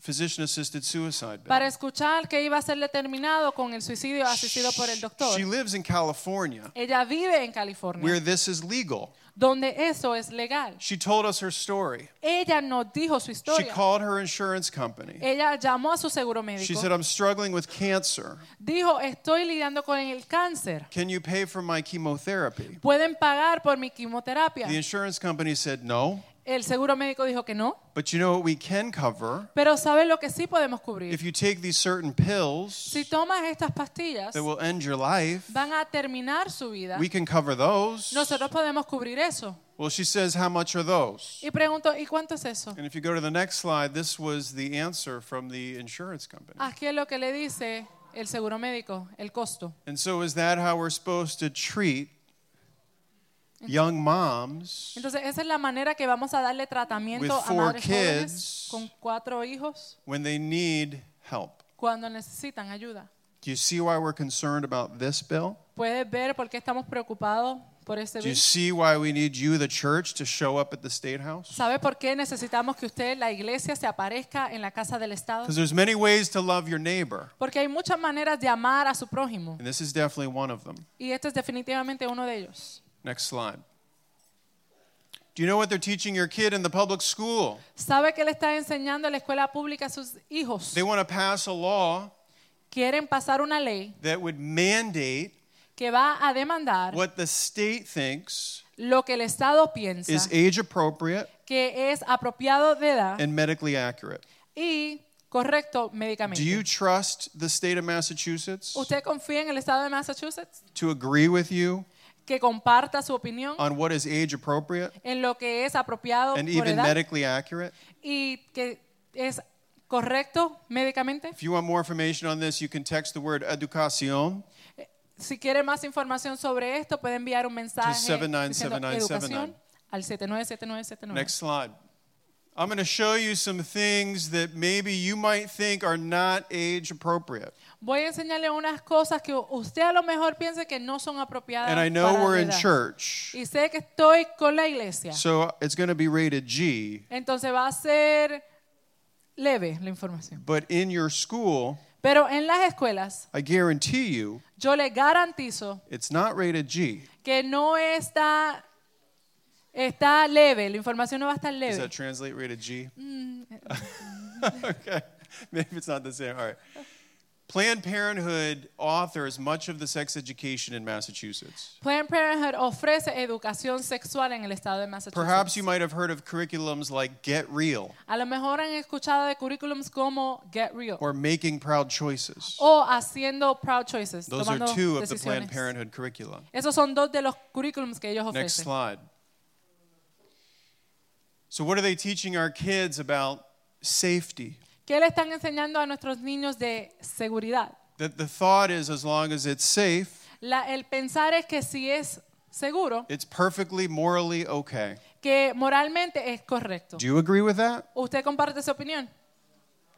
S1: physician assisted suicide bill.
S2: para escuchar que iba a ser determinado con el suicidio asistido por el doctor. Mm-hmm.
S1: She lives in California
S2: Ella vive en California,
S1: where this is legal.
S2: donde eso es legal.
S1: She told us her story.
S2: Ella nos dijo su
S1: She
S2: historia.
S1: called her insurance company.
S2: Ella llamó a su seguro
S1: She
S2: médico.
S1: said, I'm struggling with cancer.
S2: Dijo, estoy lidiando con el cáncer.
S1: Can you pay for my chemotherapy?
S2: ¿Pueden pagar por mi quimioterapia?
S1: The insurance company said, No.
S2: El seguro médico dijo que no.
S1: But you know what we can cover?
S2: Pero ¿sabes lo que sí podemos cubrir?
S1: If you take these certain pills
S2: Si tomas estas pastillas,
S1: that will end your life,
S2: van a terminar su vida.
S1: we can cover those.
S2: Nosotros podemos cubrir eso.
S1: Well, she says, How much are those?
S2: Y pregunto, ¿y cuánto es eso?
S1: And if you go to the next slide, this was the answer from the insurance company.
S2: Aquí es lo que le dice el seguro médico, el costo.
S1: And so, is that how we're supposed to treat young moms
S2: Entonces, esa es la manera que vamos a darle tratamiento
S1: With
S2: a
S1: four
S2: madres jóvenes
S1: kids.
S2: con cuatro hijos
S1: when they need help?
S2: cuando necesitan ayuda.
S1: Do you see why we're concerned about this bill?
S2: Puedes ver por qué estamos preocupados por este ese
S1: Do you
S2: bien.
S1: see why we need you, the church, to show up at the state house?
S2: ¿Sabe por qué necesitamos que usted, la iglesia, se aparezca en la casa del Estado?
S1: Because there's many ways to love your neighbor,
S2: Porque hay muchas maneras de amar a su prójimo.
S1: and this is definitely one of them.
S2: Y este es definitivamente uno de ellos.
S1: Next slide. Do you know what they're teaching your kid in the public school?
S2: ¿Sabe que le está enseñando en la escuela pública a sus hijos?
S1: They want to pass a law
S2: Quieren pasar una ley
S1: that would mandate
S2: que va a demandar
S1: what the state thinks
S2: lo que el Estado piensa
S1: is age appropriate
S2: que es apropiado de edad
S1: and medically accurate.
S2: y correcto
S1: Do you
S2: médicamente.
S1: trust the state of Massachusetts
S2: ¿Usted confía en el Estado de Massachusetts?
S1: to agree with you
S2: Que comparta su opinión
S1: on what is age appropriate
S2: en lo que es apropiado
S1: Uh, and
S2: por
S1: even
S2: edad
S1: medically accurate?
S2: y que es correcto médicamente.
S1: If you want more information on this, you can text the word educación
S2: Si quiere más información sobre esto, puede enviar un mensaje diciendo
S1: 797979.
S2: educación al 797979.
S1: Next slide. I'm going to show you some things that maybe you might think are not age appropriate.
S2: Voy a enseñarle unas cosas que usted a lo mejor piense que no son apropiadas
S1: And I know
S2: Uh, para
S1: we're
S2: la
S1: in
S2: edad.
S1: church,
S2: Y sé que estoy con la iglesia.
S1: so it's going to be rated G.
S2: Entonces va a ser leve la información.
S1: But in your school,
S2: Pero en las escuelas,
S1: I guarantee you,
S2: yo le garantizo
S1: it's not rated G.
S2: que no está, está leve, la información no va a estar
S1: Does
S2: leve.
S1: that translate rated G? okay. Maybe it's not the same. All right. Planned Parenthood authors much of the sex education in Massachusetts.
S2: Planned Parenthood ofrece educación sexual en el estado de
S1: Perhaps you
S2: Massachusetts.
S1: might have heard of curriculums like Get Real
S2: A lo mejor han escuchado de currículums como Get Real
S1: or Making Proud Choices.
S2: o haciendo Proud Choices,
S1: Oh, Those are
S2: tomando
S1: two of the Planned
S2: decisiones.
S1: Parenthood curricula.
S2: Esos son dos de los currículums que ellos
S1: Next
S2: ofrecen.
S1: slide. So, what are they teaching our kids about safety?
S2: ¿Qué le están enseñando a nuestros niños de seguridad?
S1: That the thought is as long as it's safe,
S2: La- el pensar es que si es seguro,
S1: it's perfectly morally okay.
S2: que moralmente es correcto.
S1: Do you agree with that?
S2: ¿Usted comparte esa opinión?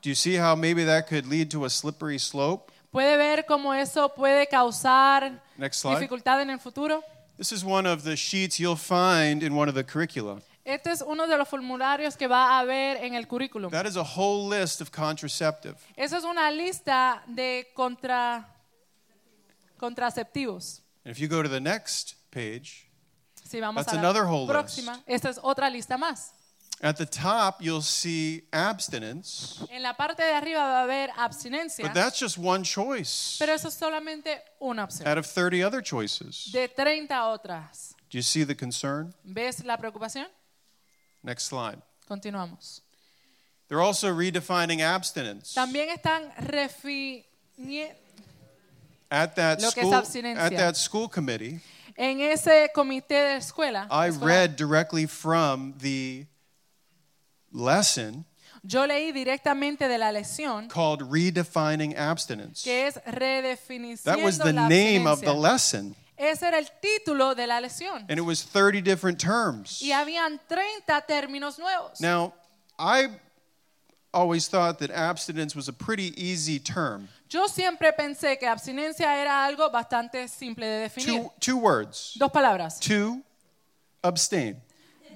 S1: Do you see how maybe that could lead to a slippery slope?
S2: ¿Puede ver cómo eso puede causar
S1: Next slide.
S2: dificultad en el futuro?
S1: This is one of the sheets you'll find in one of the curricula.
S2: Este es uno de los formularios que va a haber en el currículum.
S1: That is a whole list of contraceptive.
S2: Esa es una lista de contra- contraceptivos.
S1: And if you go to the next page,
S2: Si vamos
S1: That's
S2: a
S1: another
S2: la
S1: whole
S2: próxima,
S1: list.
S2: esta es otra lista más.
S1: at the top you'll see abstinence,
S2: En la parte de arriba va a haber abstinencia,
S1: but that's just one choice
S2: pero eso es solamente una opción.
S1: out of 30 other choices.
S2: De 30 otras.
S1: Do you see the concern?
S2: ¿Ves la preocupación?
S1: Next slide.
S2: Continuamos.
S1: They're also redefining abstinence.
S2: También están refini-
S1: At that
S2: Lo que es
S1: school,
S2: abstinencia.
S1: at that school committee,
S2: En ese comité de escuela,
S1: I
S2: escolar,
S1: read directly from the lesson
S2: yo leí directamente de la lesión
S1: called Redefining Abstinence.
S2: que es redefinición
S1: That was the
S2: la
S1: name of the
S2: abstinencia.
S1: lesson.
S2: Ese era el título de la lesión.
S1: And it was 30 different terms.
S2: Y habían 30 términos nuevos.
S1: Now, I always thought that abstinence was a pretty easy term.
S2: Yo siempre pensé que abstinencia era algo bastante simple de definir.
S1: Two, two words.
S2: Dos palabras.
S1: To abstain.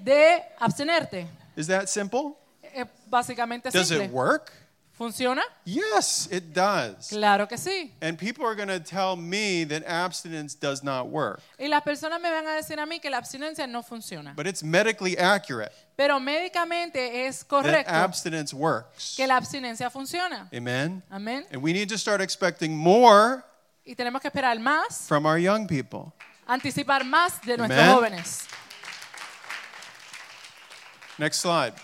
S2: De abstenerte.
S1: Is that simple?
S2: Es básicamente
S1: Does
S2: simple.
S1: it work?
S2: ¿Funciona?
S1: Yes, it does.
S2: Claro que sí.
S1: And people are going to tell me that abstinence does not work,
S2: Y las personas me van a decir a mí que la abstinencia no funciona.
S1: but it's medically accurate
S2: Pero médicamente es
S1: that
S2: correcto
S1: abstinence works.
S2: que la abstinencia funciona.
S1: Amen.
S2: Amén.
S1: And we need to start expecting more
S2: Y tenemos que esperar más,
S1: from our young people.
S2: anticipar más de nuestros
S1: Amén.
S2: jóvenes.
S1: Next slide.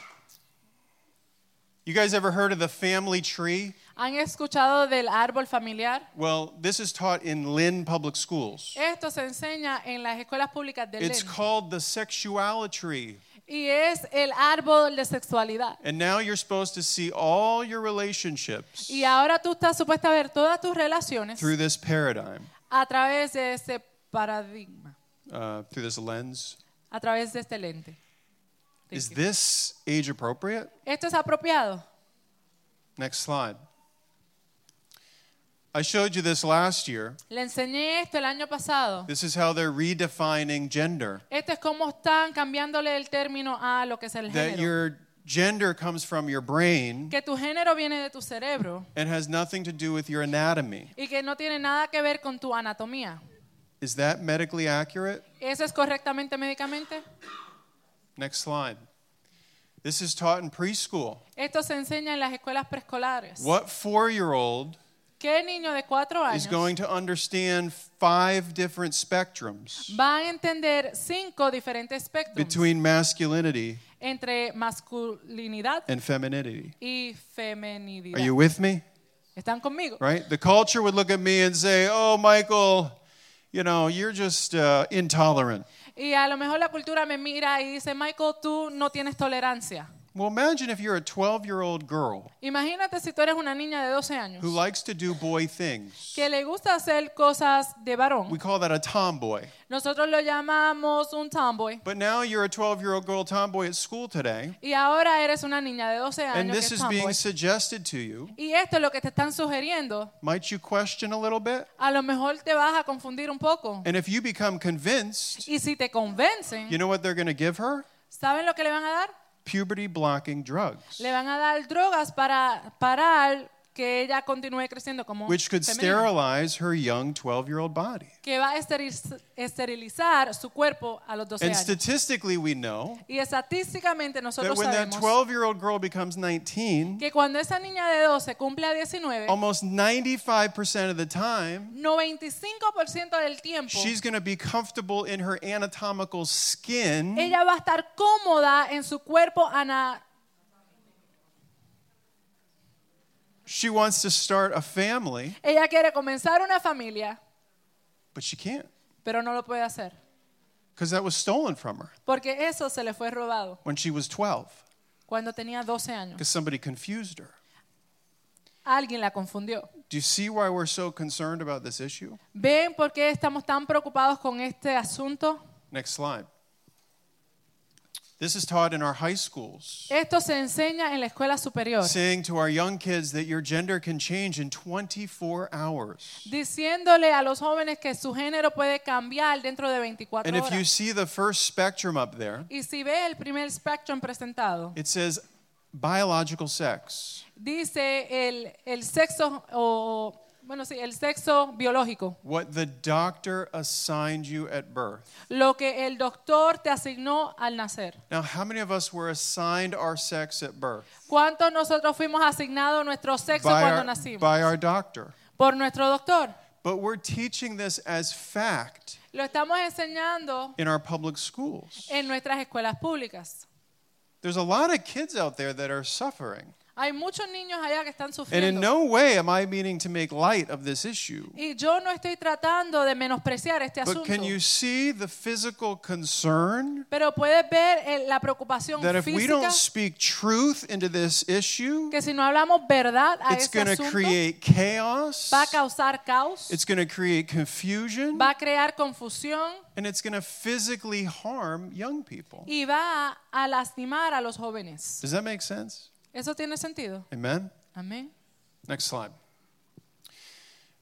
S1: You guys ever heard of the family tree?
S2: ¿Han escuchado del árbol familiar?
S1: Well, this is taught in Lynn Public Schools.
S2: Esto se enseña en las escuelas públicas de
S1: It's
S2: Lynn.
S1: called the sexuality tree.
S2: Y es el árbol de sexualidad.
S1: And now you're supposed to see all your relationships
S2: Y ahora tú estás supuesta a ver todas tus relaciones
S1: through this paradigm,
S2: a través de este paradigma,
S1: uh, through this lens.
S2: a través de este lente. Thank
S1: Is
S2: you.
S1: this age appropriate?
S2: ¿Esto es apropiado?
S1: Next slide. I showed you this last year.
S2: Le enseñé esto el año pasado.
S1: This is how they're redefining gender.
S2: Esto es cómo están cambiándole el término a lo que es el
S1: That
S2: género.
S1: your gender comes from your brain
S2: Que tu género viene de tu cerebro
S1: and has nothing to do with your anatomy.
S2: y que no tiene nada que ver con tu anatomía.
S1: Is that medically accurate?
S2: ¿Eso es correctamente médicamente?
S1: Next slide. This is taught in preschool.
S2: Esto se enseña en las escuelas preescolares.
S1: What four year old
S2: ¿Qué niño de cuatro
S1: is
S2: años
S1: going to understand five different spectrums
S2: va a entender cinco diferentes espectros
S1: between masculinity
S2: entre masculinidad
S1: and femininity?
S2: y
S1: Are you
S2: feminidad?
S1: with me?
S2: ¿Están conmigo?
S1: Right? The culture would look at me and say, Oh, Michael, you know, you're just uh, intolerant.
S2: Y a lo mejor la cultura me mira y dice, Michael, tú no tienes tolerancia.
S1: Well, imagine if you're a 12 year old girl
S2: Imagínate si tú eres una niña de 12 años
S1: who likes to do boy things.
S2: que le gusta hacer cosas de
S1: We
S2: varón.
S1: call that a tomboy.
S2: Nosotros lo llamamos un tomboy.
S1: But now you're a 12 year old girl tomboy at school today,
S2: Y ahora eres una niña de 12 años
S1: and
S2: que
S1: this
S2: es
S1: is being
S2: tomboy.
S1: suggested to you.
S2: Y esto es lo que te están sugiriendo.
S1: Might you question a little bit?
S2: A lo mejor te vas a confundir un poco.
S1: And if you become convinced,
S2: Y si te convencen,
S1: you know what they're going to give her?
S2: ¿saben lo que le van a dar?
S1: Puberty blocking drugs,
S2: Le van a dar drogas para parar que ella continúe creciendo como
S1: which could
S2: femenina.
S1: sterilize her young 12 year old body.
S2: que va a esteriz- esterilizar su cuerpo a los 12
S1: And
S2: años.
S1: statistically, we know
S2: Y estadísticamente
S1: that
S2: nosotros
S1: when that
S2: sabemos
S1: 12 year old girl becomes 19,
S2: que cuando esa niña de 12 cumple a 19,
S1: almost 95% of the time,
S2: 95% del tiempo
S1: she's going to be comfortable in her anatomical skin
S2: ella va a estar cómoda en su cuerpo ana-
S1: She wants to start a family,
S2: Ella quiere comenzar una familia,
S1: but she can't
S2: pero no lo puede hacer,
S1: because that was stolen from her
S2: porque eso se le fue robado
S1: when she was 12
S2: cuando tenía 12 años.
S1: because somebody confused her.
S2: Alguien la confundió.
S1: Do you see why we're so concerned about this issue?
S2: ¿Ven por qué estamos tan preocupados con este asunto?
S1: Next slide. This is taught in our high schools,
S2: Esto se enseña en la escuela superior.
S1: saying to our young kids that your gender can change in 24 hours.
S2: diciéndole a los jóvenes que su género puede cambiar dentro de 24
S1: And if you
S2: horas.
S1: see the first spectrum up there,
S2: Y si ve el primer spectrum presentado,
S1: it says biological sex.
S2: dice el, el sexo o bueno, sí, el sexo biológico,
S1: What the doctor assigned you at birth.
S2: lo que el doctor te asignó al nacer.
S1: Now, how many of us were assigned our sex at birth?
S2: ¿Cuántos nosotros fuimos asignados nuestro sexo
S1: By
S2: cuando
S1: our,
S2: nacimos?
S1: by our doctor.
S2: Por nuestro doctor.
S1: But we're teaching this as fact
S2: Lo estamos enseñando
S1: in our public schools.
S2: en nuestras escuelas públicas.
S1: There's a lot of kids out there that are suffering.
S2: Hay muchos niños allá que están
S1: And in
S2: sufriendo.
S1: no way am I meaning to make light of this issue.
S2: y yo no estoy tratando de menospreciar este
S1: But
S2: asunto.
S1: can you see the physical concern
S2: Pero puedes ver el- la preocupación
S1: that if we
S2: física
S1: don't speak truth into this issue,
S2: que si no hablamos verdad a
S1: it's
S2: ese
S1: going to
S2: asunto
S1: create chaos,
S2: va a causar caos,
S1: it's going to create confusion,
S2: va a crear confusión
S1: and it's going to physically harm young people.
S2: y va a, a lastimar a los jóvenes.
S1: Does that make sense?
S2: ¿Eso tiene sentido?
S1: Amen?
S2: Amén.
S1: Next slide.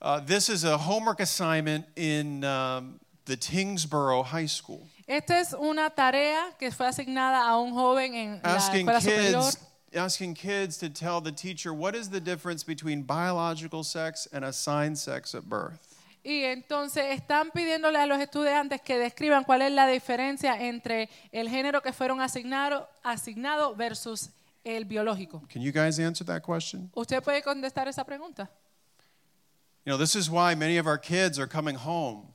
S1: Uh, this is a homework assignment in um, the Tingsboro High School.
S2: Esta es una tarea que fue asignada a un joven en la
S1: asking
S2: escuela superior.
S1: kids asking kids to tell the teacher what is the difference between biological sex and assigned sex at birth
S2: Y entonces están pidiéndole a los estudiantes que describan cuál es la diferencia entre el género que fueron asignados asignado versus el biológico.
S1: can you guys answer that question
S2: ¿Usted puede contestar esa pregunta?
S1: you know this is why many of our kids are coming home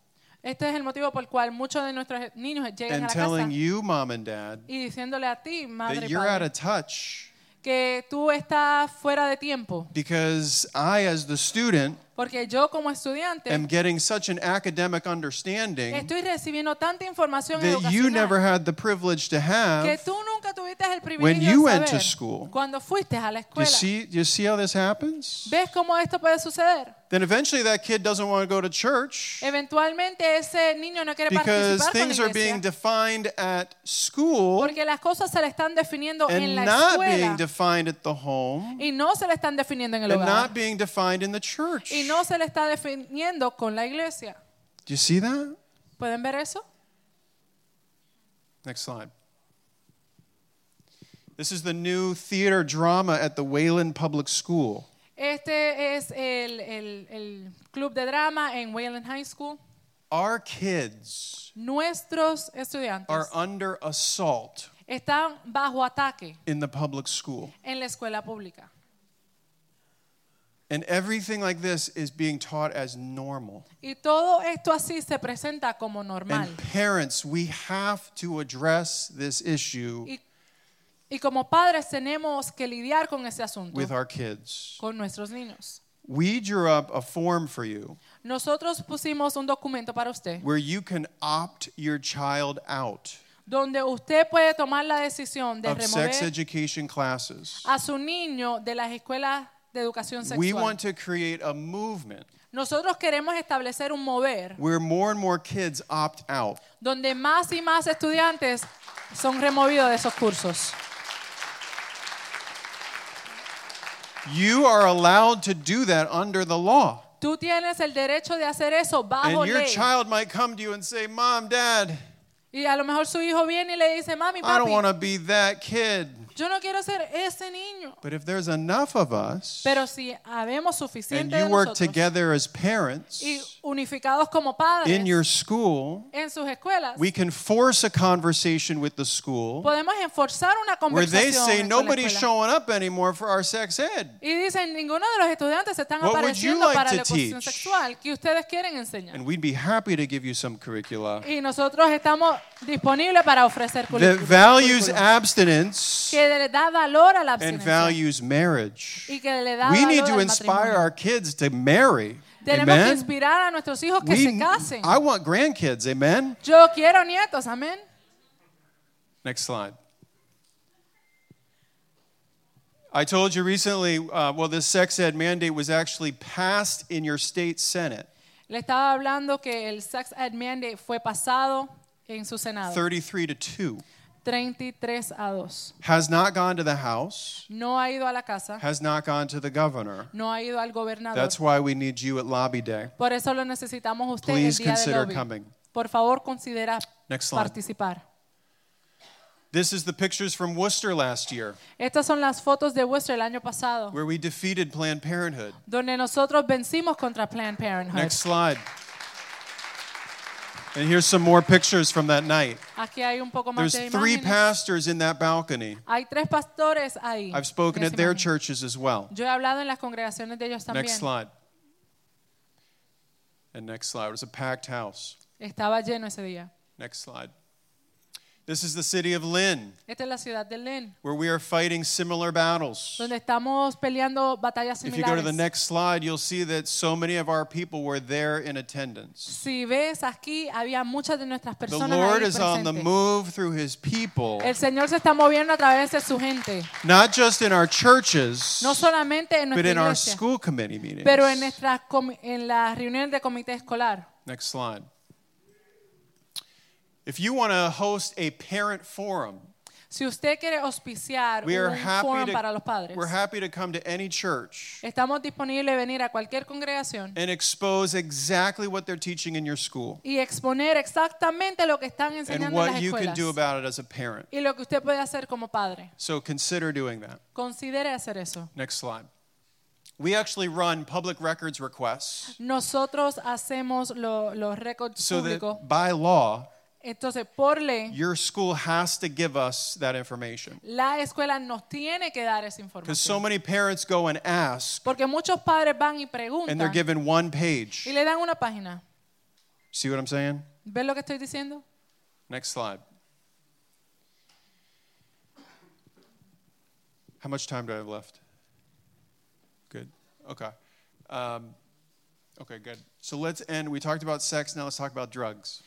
S2: Este es el motivo por el cual muchos de nuestros niños llegan a
S1: and
S2: la
S1: telling
S2: casa
S1: you mom and dad
S2: y diciéndole a ti, madre
S1: that
S2: y
S1: you're out
S2: padre,
S1: of touch
S2: que tú estás fuera de tiempo,
S1: because i as the student
S2: porque yo como estudiante
S1: am getting such an academic understanding
S2: estoy recibiendo tanta información
S1: that you never
S2: educacional
S1: had the privilege to
S2: que
S1: have
S2: tú nunca tuviste el
S1: you
S2: privilegio
S1: went
S2: de
S1: to
S2: saber
S1: school.
S2: cuando fuiste a la
S1: do you
S2: escuela.
S1: see do you see how this happens
S2: ¿Ves cómo esto puede suceder?
S1: then eventually that kid doesn't want to go to church
S2: Eventualmente ese niño no quiere
S1: because
S2: participar con la
S1: things are being
S2: iglesia
S1: defined at school
S2: porque las cosas se le están definiendo en
S1: and
S2: la
S1: not being
S2: escuela
S1: defined at the home
S2: y no se le están definiendo en el
S1: and
S2: hogar
S1: not being defined in the church.
S2: y y no se le está definiendo con la iglesia.
S1: Do you see that?
S2: ¿Pueden ver eso?
S1: Next slide. This is the new theater drama at the Wayland Public School.
S2: Este es el, el- el club de drama en Wayland High School.
S1: Our kids
S2: Nuestros estudiantes
S1: are under assault
S2: están bajo ataque
S1: in the public school.
S2: en la escuela pública.
S1: And everything like this is being taught as normal.
S2: Y todo esto así se presenta como normal.
S1: And parents, we have to address this issue
S2: Y, y como padres tenemos que lidiar con ese asunto,
S1: with our kids.
S2: con nuestros niños.
S1: We drew up a form for you
S2: Nosotros pusimos un documento para usted,
S1: where you can opt your child out
S2: donde usted puede tomar la decisión de
S1: of sex
S2: remover Ah,
S1: education classes.
S2: a su niño de las escuelas de educación
S1: We want
S2: sexual.
S1: to create a movement
S2: Nosotros queremos establecer un mover
S1: where more and more kids opt out.
S2: donde más y más estudiantes son removidos de esos cursos.
S1: You are allowed to do that under the law.
S2: Tú tienes el derecho de hacer eso bajo
S1: And your
S2: ley.
S1: child might come to you and say, Mom, Dad,
S2: Y a lo mejor su hijo viene y le dice, mami,
S1: I don't
S2: papi,
S1: want to be that kid.
S2: yo no quiero ser ese niño.
S1: But if there's enough of us
S2: Pero si habemos
S1: and
S2: suficiente de
S1: you work
S2: nosotros
S1: together as parents
S2: y unificados como padres
S1: in your school,
S2: en sus escuelas,
S1: we can force a conversation with the school
S2: podemos enforzar una
S1: where they
S2: conversación
S1: say
S2: con la
S1: nobody's
S2: escuela.
S1: showing up anymore for our sex ed.
S2: y dicen, ninguno de los estudiantes se están
S1: What would you
S2: apareciendo
S1: like
S2: para
S1: to
S2: la educación
S1: teach?
S2: sexual que ustedes quieren enseñar.
S1: And we'd be happy to give you some curricula
S2: Y nosotros estamos disponibles para ofrecer
S1: that
S2: currículum-
S1: values
S2: currículum
S1: abstinence
S2: que le da valor a la
S1: and
S2: abstinencia
S1: values marriage.
S2: y que le da
S1: We
S2: valor
S1: need
S2: al
S1: to inspire
S2: matrimonio.
S1: our kids to marry.
S2: Tenemos que
S1: Amen.
S2: inspirar a nuestros hijos que
S1: We-
S2: se casen.
S1: I want grandkids. Amen.
S2: Yo quiero nietos, amén.
S1: Next slide. I told you recently, uh, well, this sex ed mandate was actually passed in your state senate.
S2: Le estaba hablando que el sex ed mandate fue pasado en su Senado
S1: 33 to 2
S2: 33 a 2.
S1: has not gone to the house
S2: No ha ido a la casa,
S1: has not gone to the governor
S2: no ha ido al gobernador.
S1: that's why we need you at lobby day
S2: Por eso lo necesitamos usted
S1: Please
S2: el día de
S1: consider
S2: lobby.
S1: coming.
S2: Por favor, considera
S1: Next slide.
S2: participar.
S1: this is the pictures from worcester last year
S2: Estas son las fotos de Worcester el año pasado,
S1: where we defeated planned parenthood
S2: donde nosotros vencimos contra Planned Parenthood.
S1: next slide and here's some more pictures from that night
S2: Aquí hay un poco más
S1: there's
S2: de
S1: three
S2: imágenes.
S1: pastors in that balcony
S2: Hay tres pastores ahí.
S1: i've spoken
S2: en esa
S1: at their
S2: imagen.
S1: churches as well
S2: Yo he hablado en las congregaciones de ellos también.
S1: next slide and next slide it was a packed house
S2: Estaba lleno ese día.
S1: next slide this is the city of lynn
S2: Esta es la ciudad de Lynn,
S1: where we are fighting similar battles.
S2: donde estamos peleando batallas
S1: If you go to
S2: similares.
S1: the next slide, you'll see that so many of our people were there in attendance.
S2: si ves aquí, había muchas de nuestras
S1: The
S2: personas
S1: Lord
S2: ahí
S1: is on the
S2: presentes.
S1: move through his people,
S2: El Señor se está moviendo a través de su gente,
S1: not just in our churches,
S2: no solamente en
S1: but
S2: nuestra
S1: in our
S2: iglesia,
S1: school committee meetings.
S2: pero en nuestras comi- en las reuniones de comité escolar.
S1: Next slide. If you want to host a parent forum,
S2: Si usted quiere auspiciar
S1: we are
S2: un forum
S1: happy
S2: para los
S1: to,
S2: padres,
S1: we're happy to come to any church
S2: estamos disponibles a venir a cualquier congregación
S1: and expose exactly what they're teaching in your school
S2: y exponer exactamente lo que están
S1: and
S2: enseñando en
S1: what
S2: las
S1: you can
S2: escuelas
S1: do about it as a parent.
S2: y lo que usted puede hacer como padre.
S1: So consider doing that.
S2: Considere hacer eso.
S1: Next slide. We actually run public records requests
S2: Nosotros hacemos lo- los récords
S1: so
S2: públicos.
S1: that by law,
S2: Entonces, por ley,
S1: your school has to give us that information.
S2: la escuela nos tiene que dar esa
S1: Because so
S2: información.
S1: many parents go and ask,
S2: Porque muchos padres van y
S1: and they're
S2: preguntan
S1: given one page.
S2: y le dan una página.
S1: See what I'm saying?
S2: ¿Ves lo que estoy diciendo?
S1: Next slide. How much time do I have left? Good. Okay. Um, okay, good. So let's end. We talked about sex, now let's talk about drugs,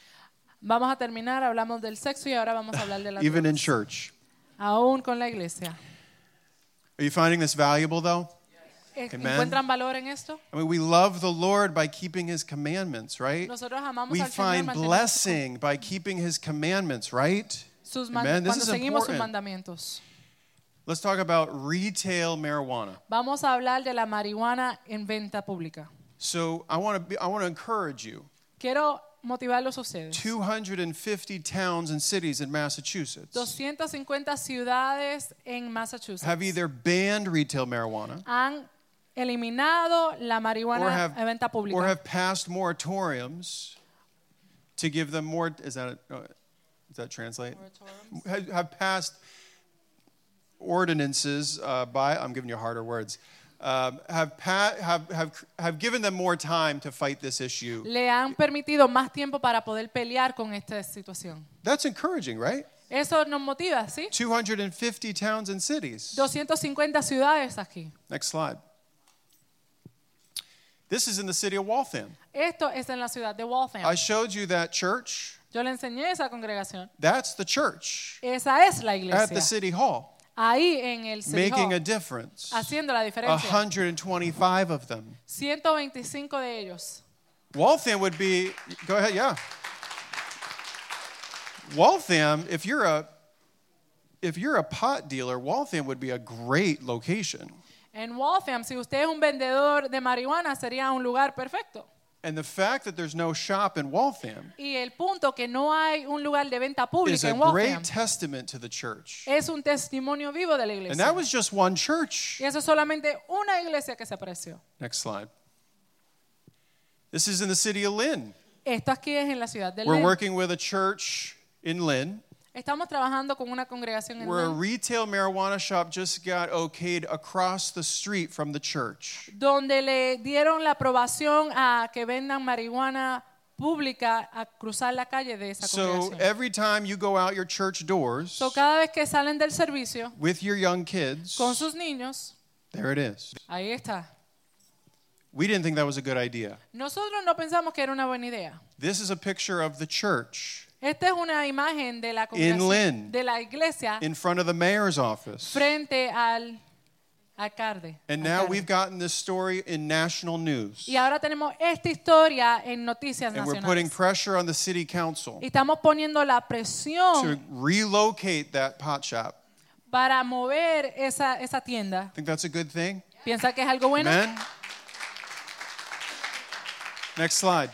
S2: Vamos a terminar, hablamos del sexo y ahora vamos a hablar de la
S1: even in church.
S2: aún con la iglesia.
S1: Are you finding this valuable though?
S2: Eh,
S1: Amen.
S2: ¿Encuentran valor en esto?
S1: I mean, we love the Lord by keeping his commandments, right?
S2: Nosotros amamos
S1: We
S2: al Señor
S1: find
S2: manteniendo
S1: blessing by keeping his commandments, right?
S2: sus man-
S1: Amen. This
S2: cuando
S1: is
S2: seguimos sus
S1: important.
S2: mandamientos.
S1: Let's talk about retail marijuana.
S2: Vamos a hablar de la marihuana en venta pública.
S1: So I want to be, I want to encourage you.
S2: Quiero motivarlos a ustedes.
S1: 250 towns and cities in Massachusetts
S2: 250 ciudades en
S1: have
S2: Massachusetts
S1: either banned retail marijuana
S2: han eliminado la
S1: or
S2: marihuana
S1: have
S2: a venta pública.
S1: or have passed moratoriums to give them more. Is that uh, does that translate? Have, have passed ordinances uh, by. I'm giving you harder words. Um, have, pa- have, have, have given them more time to fight this issue.
S2: Le han permitido más tiempo para poder pelear con esta situación.
S1: That's encouraging, right?
S2: Eso nos motiva, ¿sí?
S1: 250 towns and cities.
S2: 250 ciudades aquí.
S1: Next slide. This is in the city of Waltham.
S2: Esto es en la ciudad de
S1: I
S2: Waltham.
S1: showed you that church.
S2: Yo le enseñé a esa congregación.
S1: That's the church
S2: Esa es la
S1: at the
S2: iglesia.
S1: city hall,
S2: Ahí en el City
S1: making a
S2: Hall,
S1: difference.
S2: haciendo la diferencia.
S1: 125 of them.
S2: 125 de ellos.
S1: Waltham would be, go ahead, yeah. Waltham, if you're a if you're a pot dealer, Waltham would be a great location.
S2: En Waltham, si usted es un vendedor de marihuana, sería un lugar perfecto.
S1: And the fact that there's no shop in Waltham
S2: Y el punto que no hay un lugar de venta
S1: is
S2: pública
S1: a
S2: en Waltham
S1: great testament to the church.
S2: es un testimonio vivo de la
S1: And
S2: iglesia.
S1: that was just one church.
S2: Y eso es solamente una iglesia que se apareció.
S1: Next slide. This is in the city of Lynn.
S2: Esto aquí es en la ciudad de
S1: We're
S2: Lynn.
S1: working with a church in Lynn
S2: Estamos trabajando con una congregación en
S1: where a
S2: Lynn,
S1: retail marijuana shop just got okayed across the street from the church.
S2: donde le dieron la aprobación a que vendan marihuana pública a cruzar la calle de esa
S1: So
S2: congregación.
S1: every time you go out your church doors
S2: So, cada vez que salen del servicio
S1: with your young kids,
S2: con sus niños,
S1: there it is.
S2: ahí está.
S1: We didn't think that was a good idea.
S2: Nosotros no pensamos que era una buena idea.
S1: This is a picture of the church
S2: Esta es una imagen de la congregación-
S1: Lynn.
S2: de la iglesia
S1: in front of the mayor's office.
S2: frente al alcalde.
S1: And now
S2: alcalde.
S1: we've gotten this story in national news.
S2: y ahora tenemos esta historia en noticias
S1: And we're putting
S2: nacionales.
S1: pressure on the city council.
S2: Y estamos poniendo la
S1: to
S2: presión
S1: relocate that pot shop.
S2: para mover esa, esa tienda.
S1: Think that's a good thing?
S2: ¿Piensa que es algo bueno?
S1: Amen. Next slide.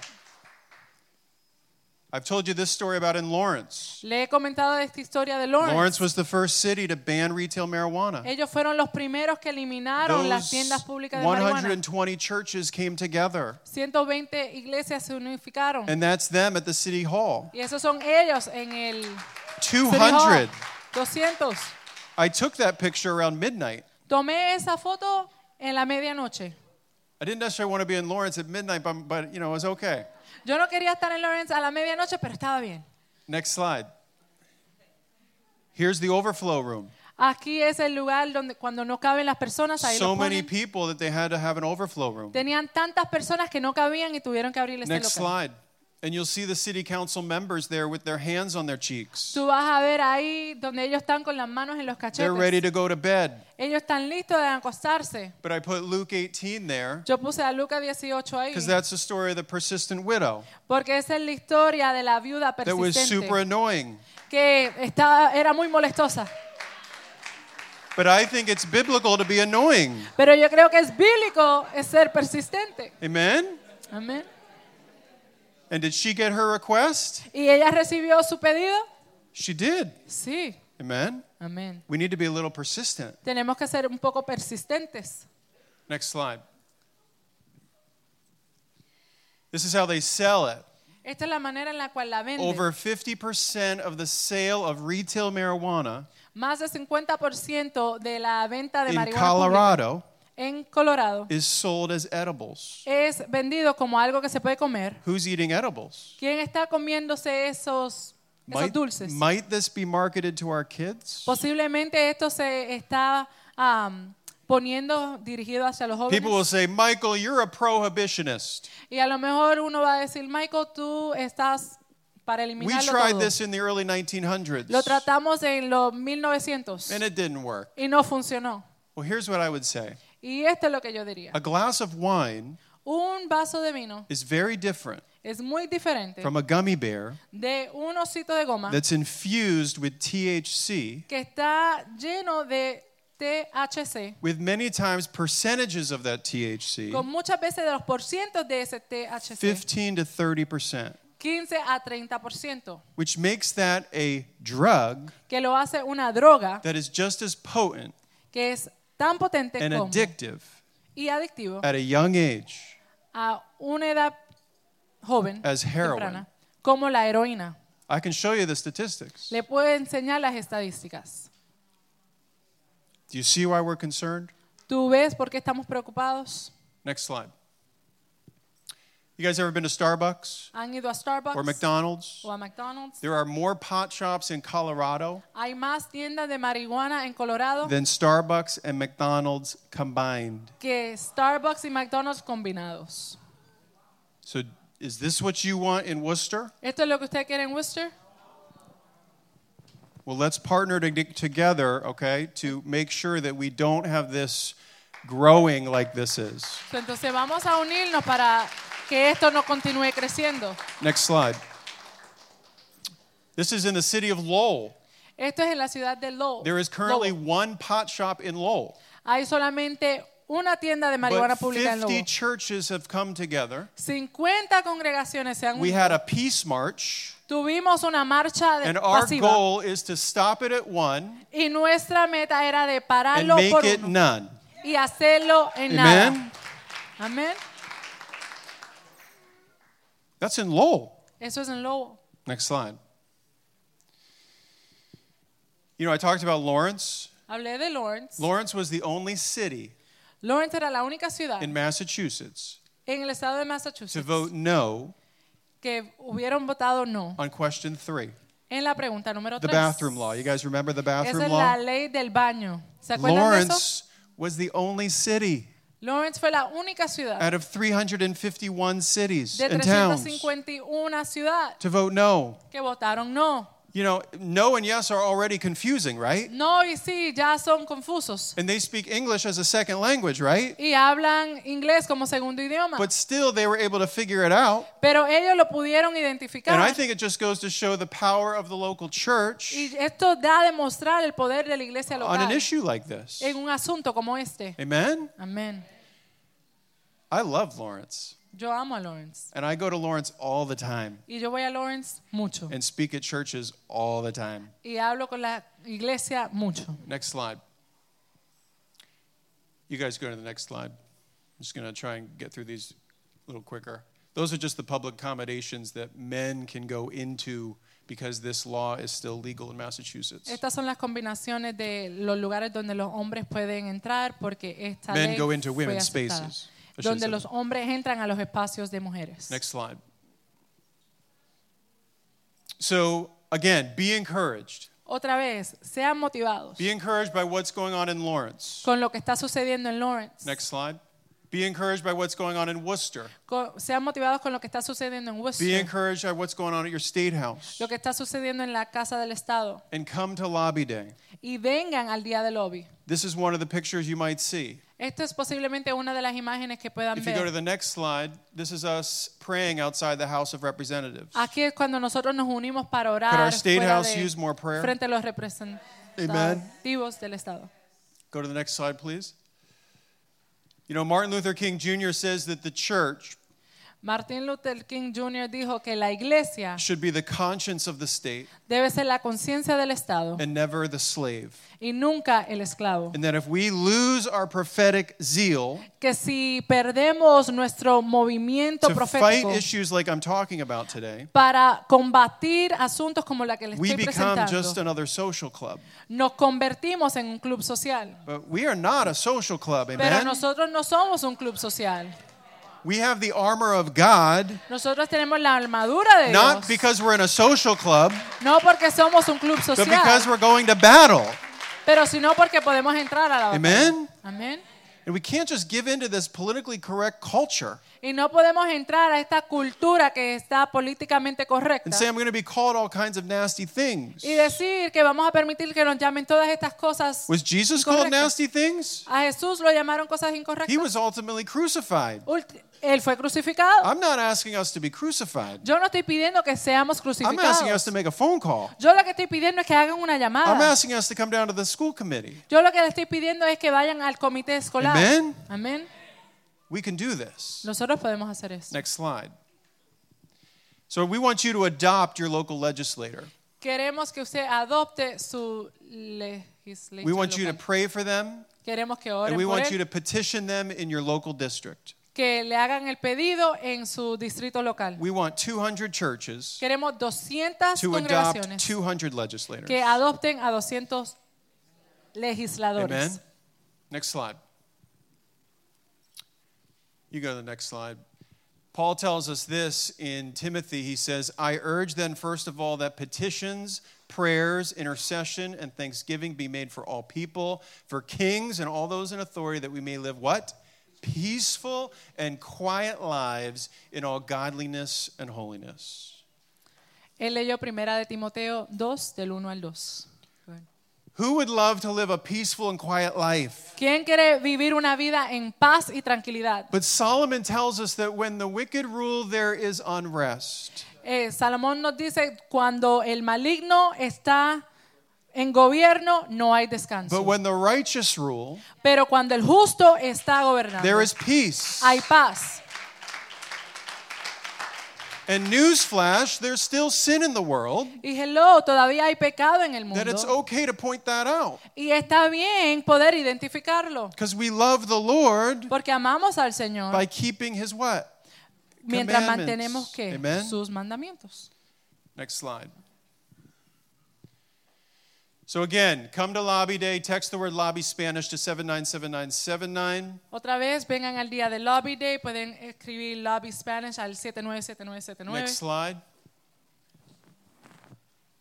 S1: I've told you this story about in Lawrence.
S2: Le he comentado de esta historia de Lawrence.
S1: Lawrence was the first city to ban retail marijuana.
S2: Ellos fueron los primeros que eliminaron las tiendas
S1: Those
S2: públicas de marihuana.
S1: 120 churches came together,
S2: 120 iglesias se unificaron.
S1: and that's them at the city hall.
S2: y esos son ellos en el
S1: 200.
S2: 200.
S1: I took that picture around midnight.
S2: Tomé esa foto en la medianoche.
S1: I didn't necessarily want to be in Lawrence at midnight, but, but you know, it was okay.
S2: Yo no quería estar en Lawrence a la medianoche, pero estaba bien.
S1: Next slide. Here's the overflow room.
S2: Aquí es el lugar donde cuando no caben las personas, ahí
S1: so
S2: lo ponen.
S1: many people that they had to have an overflow room.
S2: Tenían tantas personas que no cabían y tuvieron que abrir este
S1: Next
S2: local.
S1: slide. And you'll see the city council members there with their hands on their cheeks.
S2: Tú vas a ver ahí donde ellos están con las manos en los
S1: They're ready
S2: cachetes.
S1: to go to bed.
S2: Ellos están listos de acostarse.
S1: But I put Luke 18 there
S2: Yo puse a Lucas 18 ahí
S1: because that's the story of the persistent widow
S2: porque esa es la historia de la viuda
S1: that was super
S2: persistente
S1: annoying.
S2: que estaba, era muy molestosa.
S1: But I think it's biblical to be annoying.
S2: Pero yo creo que es bíblico es ser persistente.
S1: Amen?
S2: Amén.
S1: And did she get her request?
S2: ¿Y ella recibió su pedido?
S1: She did.
S2: Sí.
S1: Amen?
S2: Amén.
S1: We need to be a little persistent.
S2: Tenemos que ser un poco persistentes.
S1: Next slide. This is how they sell it.
S2: Esta es la manera en la cual la venden.
S1: Over 50% of the sale of retail marijuana
S2: Más del 50% de la venta de
S1: in
S2: marihuana
S1: Colorado
S2: pública en Colorado
S1: is sold as edibles.
S2: es vendido como algo que se puede comer.
S1: Who's eating edibles?
S2: ¿Quién está comiéndose esos, esos
S1: Might,
S2: dulces?
S1: might this be marketed to our kids?
S2: Posiblemente esto se está am, poniendo dirigido hacia los jóvenes.
S1: People will say, Michael, you're a prohibitionist.
S2: y a lo mejor uno va a decir, Michael, tú estás para
S1: We
S2: eliminarlo
S1: tried
S2: todo.
S1: this in the early
S2: Lo
S1: 1900s
S2: tratamos en los 1900
S1: and it didn't work.
S2: y no funcionó.
S1: Well, here's what I would say
S2: Y esto es lo que yo diría.
S1: a glass of wine
S2: Un vaso de vino
S1: is very different
S2: es muy diferente
S1: from a gummy bear
S2: de un osito de goma
S1: that's infused with THC
S2: que está lleno de THC,
S1: with many times percentages of that
S2: con
S1: THC,
S2: muchas veces de los porcientos de ese THC,
S1: 15 to 30%,
S2: 15 a 30%,
S1: which makes that a drug
S2: que lo hace una droga
S1: that is just as potent
S2: que es tan potente
S1: and
S2: como
S1: addictive
S2: y adictivo
S1: at a young age
S2: a una edad joven
S1: as heroin.
S2: temprana, como la heroína.
S1: I can show you the statistics.
S2: Le puedo enseñar las estadísticas.
S1: Do you see why we're concerned?
S2: ¿Tú ves por qué estamos preocupados?
S1: Next slide. You guys ever been to Starbucks
S2: ¿Han ido a Starbucks
S1: or McDonald's?
S2: o a McDonald's?
S1: There are more pot shops in Colorado
S2: Hay más tiendas de marihuana en Colorado
S1: than Starbucks and McDonald's combined.
S2: que Starbucks y McDonald's combinados.
S1: So, is this what you want in Worcester?
S2: ¿Esto es lo que usted quiere en Worcester?
S1: Well, let's partner to together, okay, to make sure that we don't have this growing like this is.
S2: So, Entonces vamos a unirnos para que esto no continúe creciendo.
S1: Next slide. This is in the city of Lowell.
S2: Esto es en la ciudad de Lowell.
S1: There is currently
S2: Lowell.
S1: one pot shop in Lowell,
S2: Hay solamente una tienda de marihuana
S1: but
S2: pública en
S1: 50
S2: Lowell.
S1: churches have come together.
S2: 50 congregaciones se han
S1: We
S2: unido.
S1: had a peace march,
S2: Tuvimos una marcha de-
S1: and our
S2: pasiva
S1: goal is to stop it at one
S2: y nuestra meta era de
S1: and
S2: pararlo
S1: make
S2: por
S1: it
S2: uno
S1: none.
S2: y hacerlo
S1: Amen.
S2: en nada. Amén.
S1: That's in Lowell.
S2: Eso es en Lowell.
S1: Next slide. You know, I talked about Lawrence.
S2: Hablé de Lawrence.
S1: Lawrence was the only city
S2: Lawrence era la única ciudad
S1: in Massachusetts
S2: en el estado de
S1: to
S2: Massachusetts
S1: vote no
S2: que hubieron votado no
S1: on question three
S2: en la pregunta número
S1: the
S2: 3.
S1: bathroom law. You guys remember the
S2: Esa
S1: bathroom
S2: es
S1: law?
S2: la ley del baño. ¿Se acuerdan de eso?
S1: Lawrence was the only city
S2: Lawrence fue la única ciudad
S1: out of 351 cities
S2: Uh, de
S1: and towns
S2: 351 ciudad
S1: to vote no.
S2: que votaron no.
S1: You know, no and yes are already confusing, right?
S2: No y sí ya son confusos
S1: And they speak English as a second language, right?
S2: y hablan inglés como segundo idioma,
S1: But still, they were able to figure it out.
S2: pero ellos lo
S1: And
S2: pudieron
S1: I
S2: identificar.
S1: think it just goes to show the power of the local church
S2: Y esto da a demostrar el poder de la iglesia
S1: on an
S2: local
S1: issue like this.
S2: en un asunto como este.
S1: Amen?
S2: Amén.
S1: I love Lawrence.
S2: Yo amo a Lawrence
S1: And I go to Lawrence all the time
S2: y yo voy a Lawrence mucho
S1: and speak at churches all the time.
S2: y hablo con la iglesia mucho.
S1: Next slide. You guys go to the next slide. I'm just going to try and get through these a little quicker. Those are just the public accommodations that men can go into because this law is still legal in Massachusetts.
S2: Estas son las combinaciones de los lugares donde los hombres pueden entrar porque esta
S1: Men
S2: ley
S1: go into
S2: fue
S1: women's
S2: aceptada,
S1: spaces. I should
S2: donde
S1: say.
S2: los hombres entran a los espacios de mujeres.
S1: Next slide. So, again, be encouraged.
S2: Otra vez, sean motivados
S1: Be encouraged by what's going on in Lawrence.
S2: con lo que está sucediendo en Lawrence.
S1: Next slide. Be encouraged by what's going on in Worcester.
S2: Co- sean motivados con lo que está sucediendo en
S1: Be
S2: Worcester,
S1: encouraged by what's going on at your state house.
S2: lo que está sucediendo en la Casa del Estado
S1: And come to lobby day.
S2: y vengan al día del lobby.
S1: This is one of the pictures you might see.
S2: Esto es posiblemente una de las imágenes que puedan
S1: If you go to
S2: ver.
S1: the next slide, this is us praying outside the House of Representatives. Could
S2: Aquí es cuando nosotros nos unimos para
S1: our
S2: orar
S1: state
S2: Ah, fuera
S1: house
S2: de-
S1: use more prayer?
S2: frente a los representativos del Estado.
S1: Go to the next slide, please. You know, Martin Luther King Jr. says that the church
S2: Martin Luther King Jr. dijo que la iglesia
S1: should be the conscience of the state
S2: debe ser la conciencia del Estado
S1: and never the slave.
S2: y nunca el esclavo.
S1: And that if we lose our prophetic zeal
S2: Que si perdemos nuestro
S1: to
S2: movimiento
S1: fight
S2: profético
S1: issues like I'm talking about today,
S2: para combatir asuntos como la que le
S1: we
S2: estoy
S1: become just
S2: presentando,
S1: another social club.
S2: nos convertimos en un club social.
S1: But we are not a social club,
S2: Pero
S1: amen?
S2: nosotros no somos un club social.
S1: We have the armor of God,
S2: Nosotros tenemos la armadura de
S1: not
S2: Dios.
S1: because we're in a social club,
S2: No porque somos un club
S1: but because
S2: social,
S1: we're going to battle.
S2: pero sino porque podemos entrar a la batalla.
S1: Amen?
S2: Amén.
S1: And we can't just give in to this politically correct culture
S2: Y no podemos entrar a esta cultura que está políticamente
S1: and
S2: correcta
S1: say, I'm going to be called all kinds of nasty things.
S2: y decir que vamos a permitir que nos llamen todas estas cosas.
S1: Was Jesus called
S2: Correcto.
S1: nasty things?
S2: A Jesús lo llamaron cosas
S1: He
S2: incorrectas.
S1: was ultimately crucified.
S2: Ulti- Él fue crucificado.
S1: I'm not asking us to be crucified.
S2: Yo no estoy pidiendo que seamos
S1: I'm asking us
S2: crucificados.
S1: to make a phone call.
S2: Yo lo que estoy pidiendo es que hagan una
S1: I'm
S2: llamada.
S1: asking us to come down to the school committee.
S2: Yo lo que le estoy pidiendo es que vayan al comité escolar.
S1: Amen.
S2: Amén.
S1: We can do this.
S2: Nosotros podemos hacer eso.
S1: Next slide. So we want you to adopt your local legislator.
S2: Queremos que usted adopte su legislación.
S1: We want you to pray for them
S2: Queremos que
S1: and
S2: oren
S1: we
S2: por
S1: want you
S2: él,
S1: to petition them in your local district.
S2: que le hagan el pedido en su distrito local.
S1: We want 200 churches
S2: Queremos 200
S1: to adopt
S2: congregaciones
S1: 200 legislators.
S2: que adopten a 200 legisladores.
S1: Amen. Next slide. You go to the next slide. Paul tells us this in Timothy. He says, I urge then, first of all, that petitions, prayers, intercession, and thanksgiving be made for all people, for kings and all those in authority, that we may live what? Peaceful and quiet lives in all godliness and holiness.
S2: Él leyó primera de Timoteo 2 del 1 al 2.
S1: Who would love to live a peaceful and quiet life?
S2: ¿Quién quiere vivir una vida en paz y tranquilidad?
S1: But Solomon tells us that when the wicked rule, there is unrest.
S2: Eh, Salomón nos dice, cuando el maligno está en gobierno, no hay
S1: But
S2: descanso.
S1: when the righteous rule,
S2: Pero cuando el justo está gobernando,
S1: there is peace.
S2: hay paz.
S1: And newsflash, there's still sin in the world,
S2: Y hello, todavía hay pecado en el
S1: that it's
S2: mundo.
S1: okay to point that out.
S2: Y está bien poder identificarlo,
S1: Because we love the Lord
S2: porque amamos al Señor
S1: by keeping his what?
S2: Uh-huh. mientras
S1: commandments.
S2: mantenemos que
S1: Amen.
S2: sus mandamientos.
S1: Next slide. So again, come to Lobby Day, text the word lobby Spanish to 797979.
S2: Otra vez, vengan al día de Lobby Day, pueden escribir Lobby Spanish al
S1: Next
S2: 797979.
S1: slide.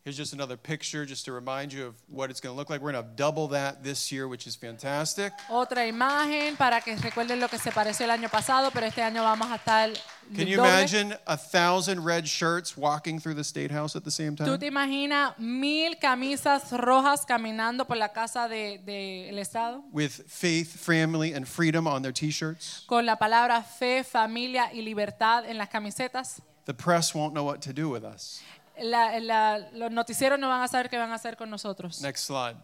S1: Here's just another picture just to remind you of what it's going to look like. We're going to double that this year, which is fantastic.
S2: Otra imagen para que recuerden lo que se pareció el año pasado, pero este año vamos a estar
S1: Can
S2: del
S1: you
S2: doble.
S1: imagine a thousand red shirts walking through the state house at the same
S2: ¿Tú
S1: time?
S2: te imaginas mil camisas rojas caminando por la casa del de, el Estado?
S1: With faith, family, and freedom on their t shirts?
S2: Con la palabra fe, familia y libertad en las camisetas.
S1: The press won't know what to do with us.
S2: La- la- los noticieros no van a saber qué van a hacer con nosotros.
S1: Next slide.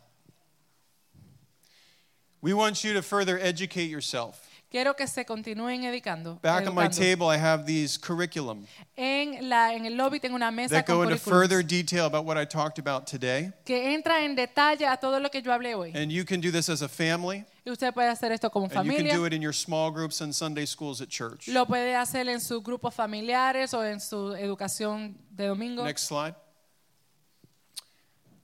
S1: We want you to further educate yourself.
S2: Quiero que se continúen educando.
S1: Back on my
S2: educando.
S1: table, I have these curriculum
S2: En, la, en el lobby tengo una mesa
S1: that
S2: con
S1: go into
S2: currículums.
S1: further detail about what I talked about today.
S2: que entra en detalle a todo lo que yo hablé hoy.
S1: And you can do this as a family,
S2: Y usted puede hacer esto como
S1: and you can
S2: familia,
S1: do it in your small groups and Sunday schools at church.
S2: lo puede hacer en sus grupos familiares o en su educación de domingo.
S1: Next slide.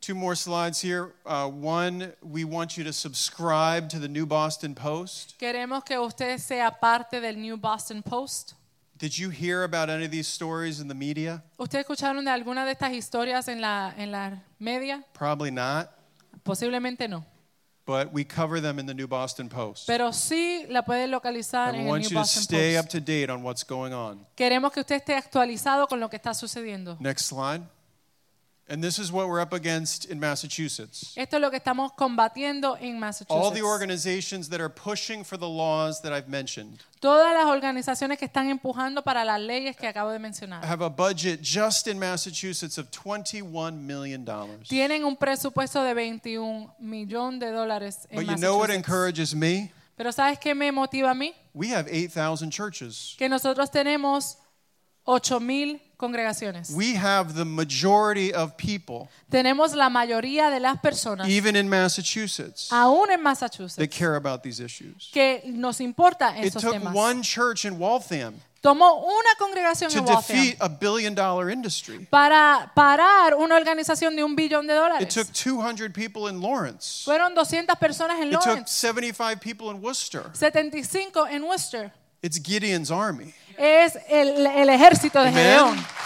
S1: Two more slides here. Uh, one, we want you to subscribe to the New Boston Post.
S2: Queremos que usted sea parte del New Boston Post.
S1: Did you hear about any of these stories in the media?
S2: ¿Ustedes escucharon de alguna de estas historias en la, en la media?
S1: Probably not,
S2: Posiblemente no.
S1: but we cover them in the New Boston Post.
S2: Pero sí la puede
S1: And
S2: localizar
S1: we
S2: en el
S1: want you
S2: New
S1: to
S2: Boston
S1: stay up
S2: Post.
S1: to date on what's going on.
S2: Queremos que usted esté actualizado con lo que está sucediendo.
S1: Next slide. And this is what we're up against in Massachusetts.
S2: Esto es lo que estamos combatiendo
S1: all the
S2: en Massachusetts.
S1: organizations that are pushing for the laws that I've mentioned
S2: Todas las organizaciones que están empujando para las leyes que acabo de mencionar
S1: have a budget just in Massachusetts of $21 million.
S2: tienen un presupuesto de 21 millones de dólares en
S1: But you know what
S2: Massachusetts.
S1: encourages me?
S2: Pero ¿sabes qué me motiva a mí?
S1: We have 8,000 churches.
S2: Que nosotros tenemos 8 mil congregaciones.
S1: We have the majority of people,
S2: tenemos la mayoría de las personas,
S1: even in Massachusetts,
S2: aún en
S1: that
S2: Massachusetts,
S1: care about these issues.
S2: que nos importa
S1: It
S2: esos
S1: took
S2: temas.
S1: one church in Waltham
S2: Tomó una congregación
S1: to
S2: en Waltham
S1: defeat a billion dollar industry.
S2: para parar una organización de un billón de
S1: It
S2: dólares.
S1: took 200 people in Lawrence.
S2: Fueron 200 personas en
S1: It took
S2: Lawrence,
S1: 75 people in Worcester.
S2: 75 en Worcester.
S1: It's Gideon's army.
S2: es el, el ejército de
S1: Amen.
S2: Gedeón.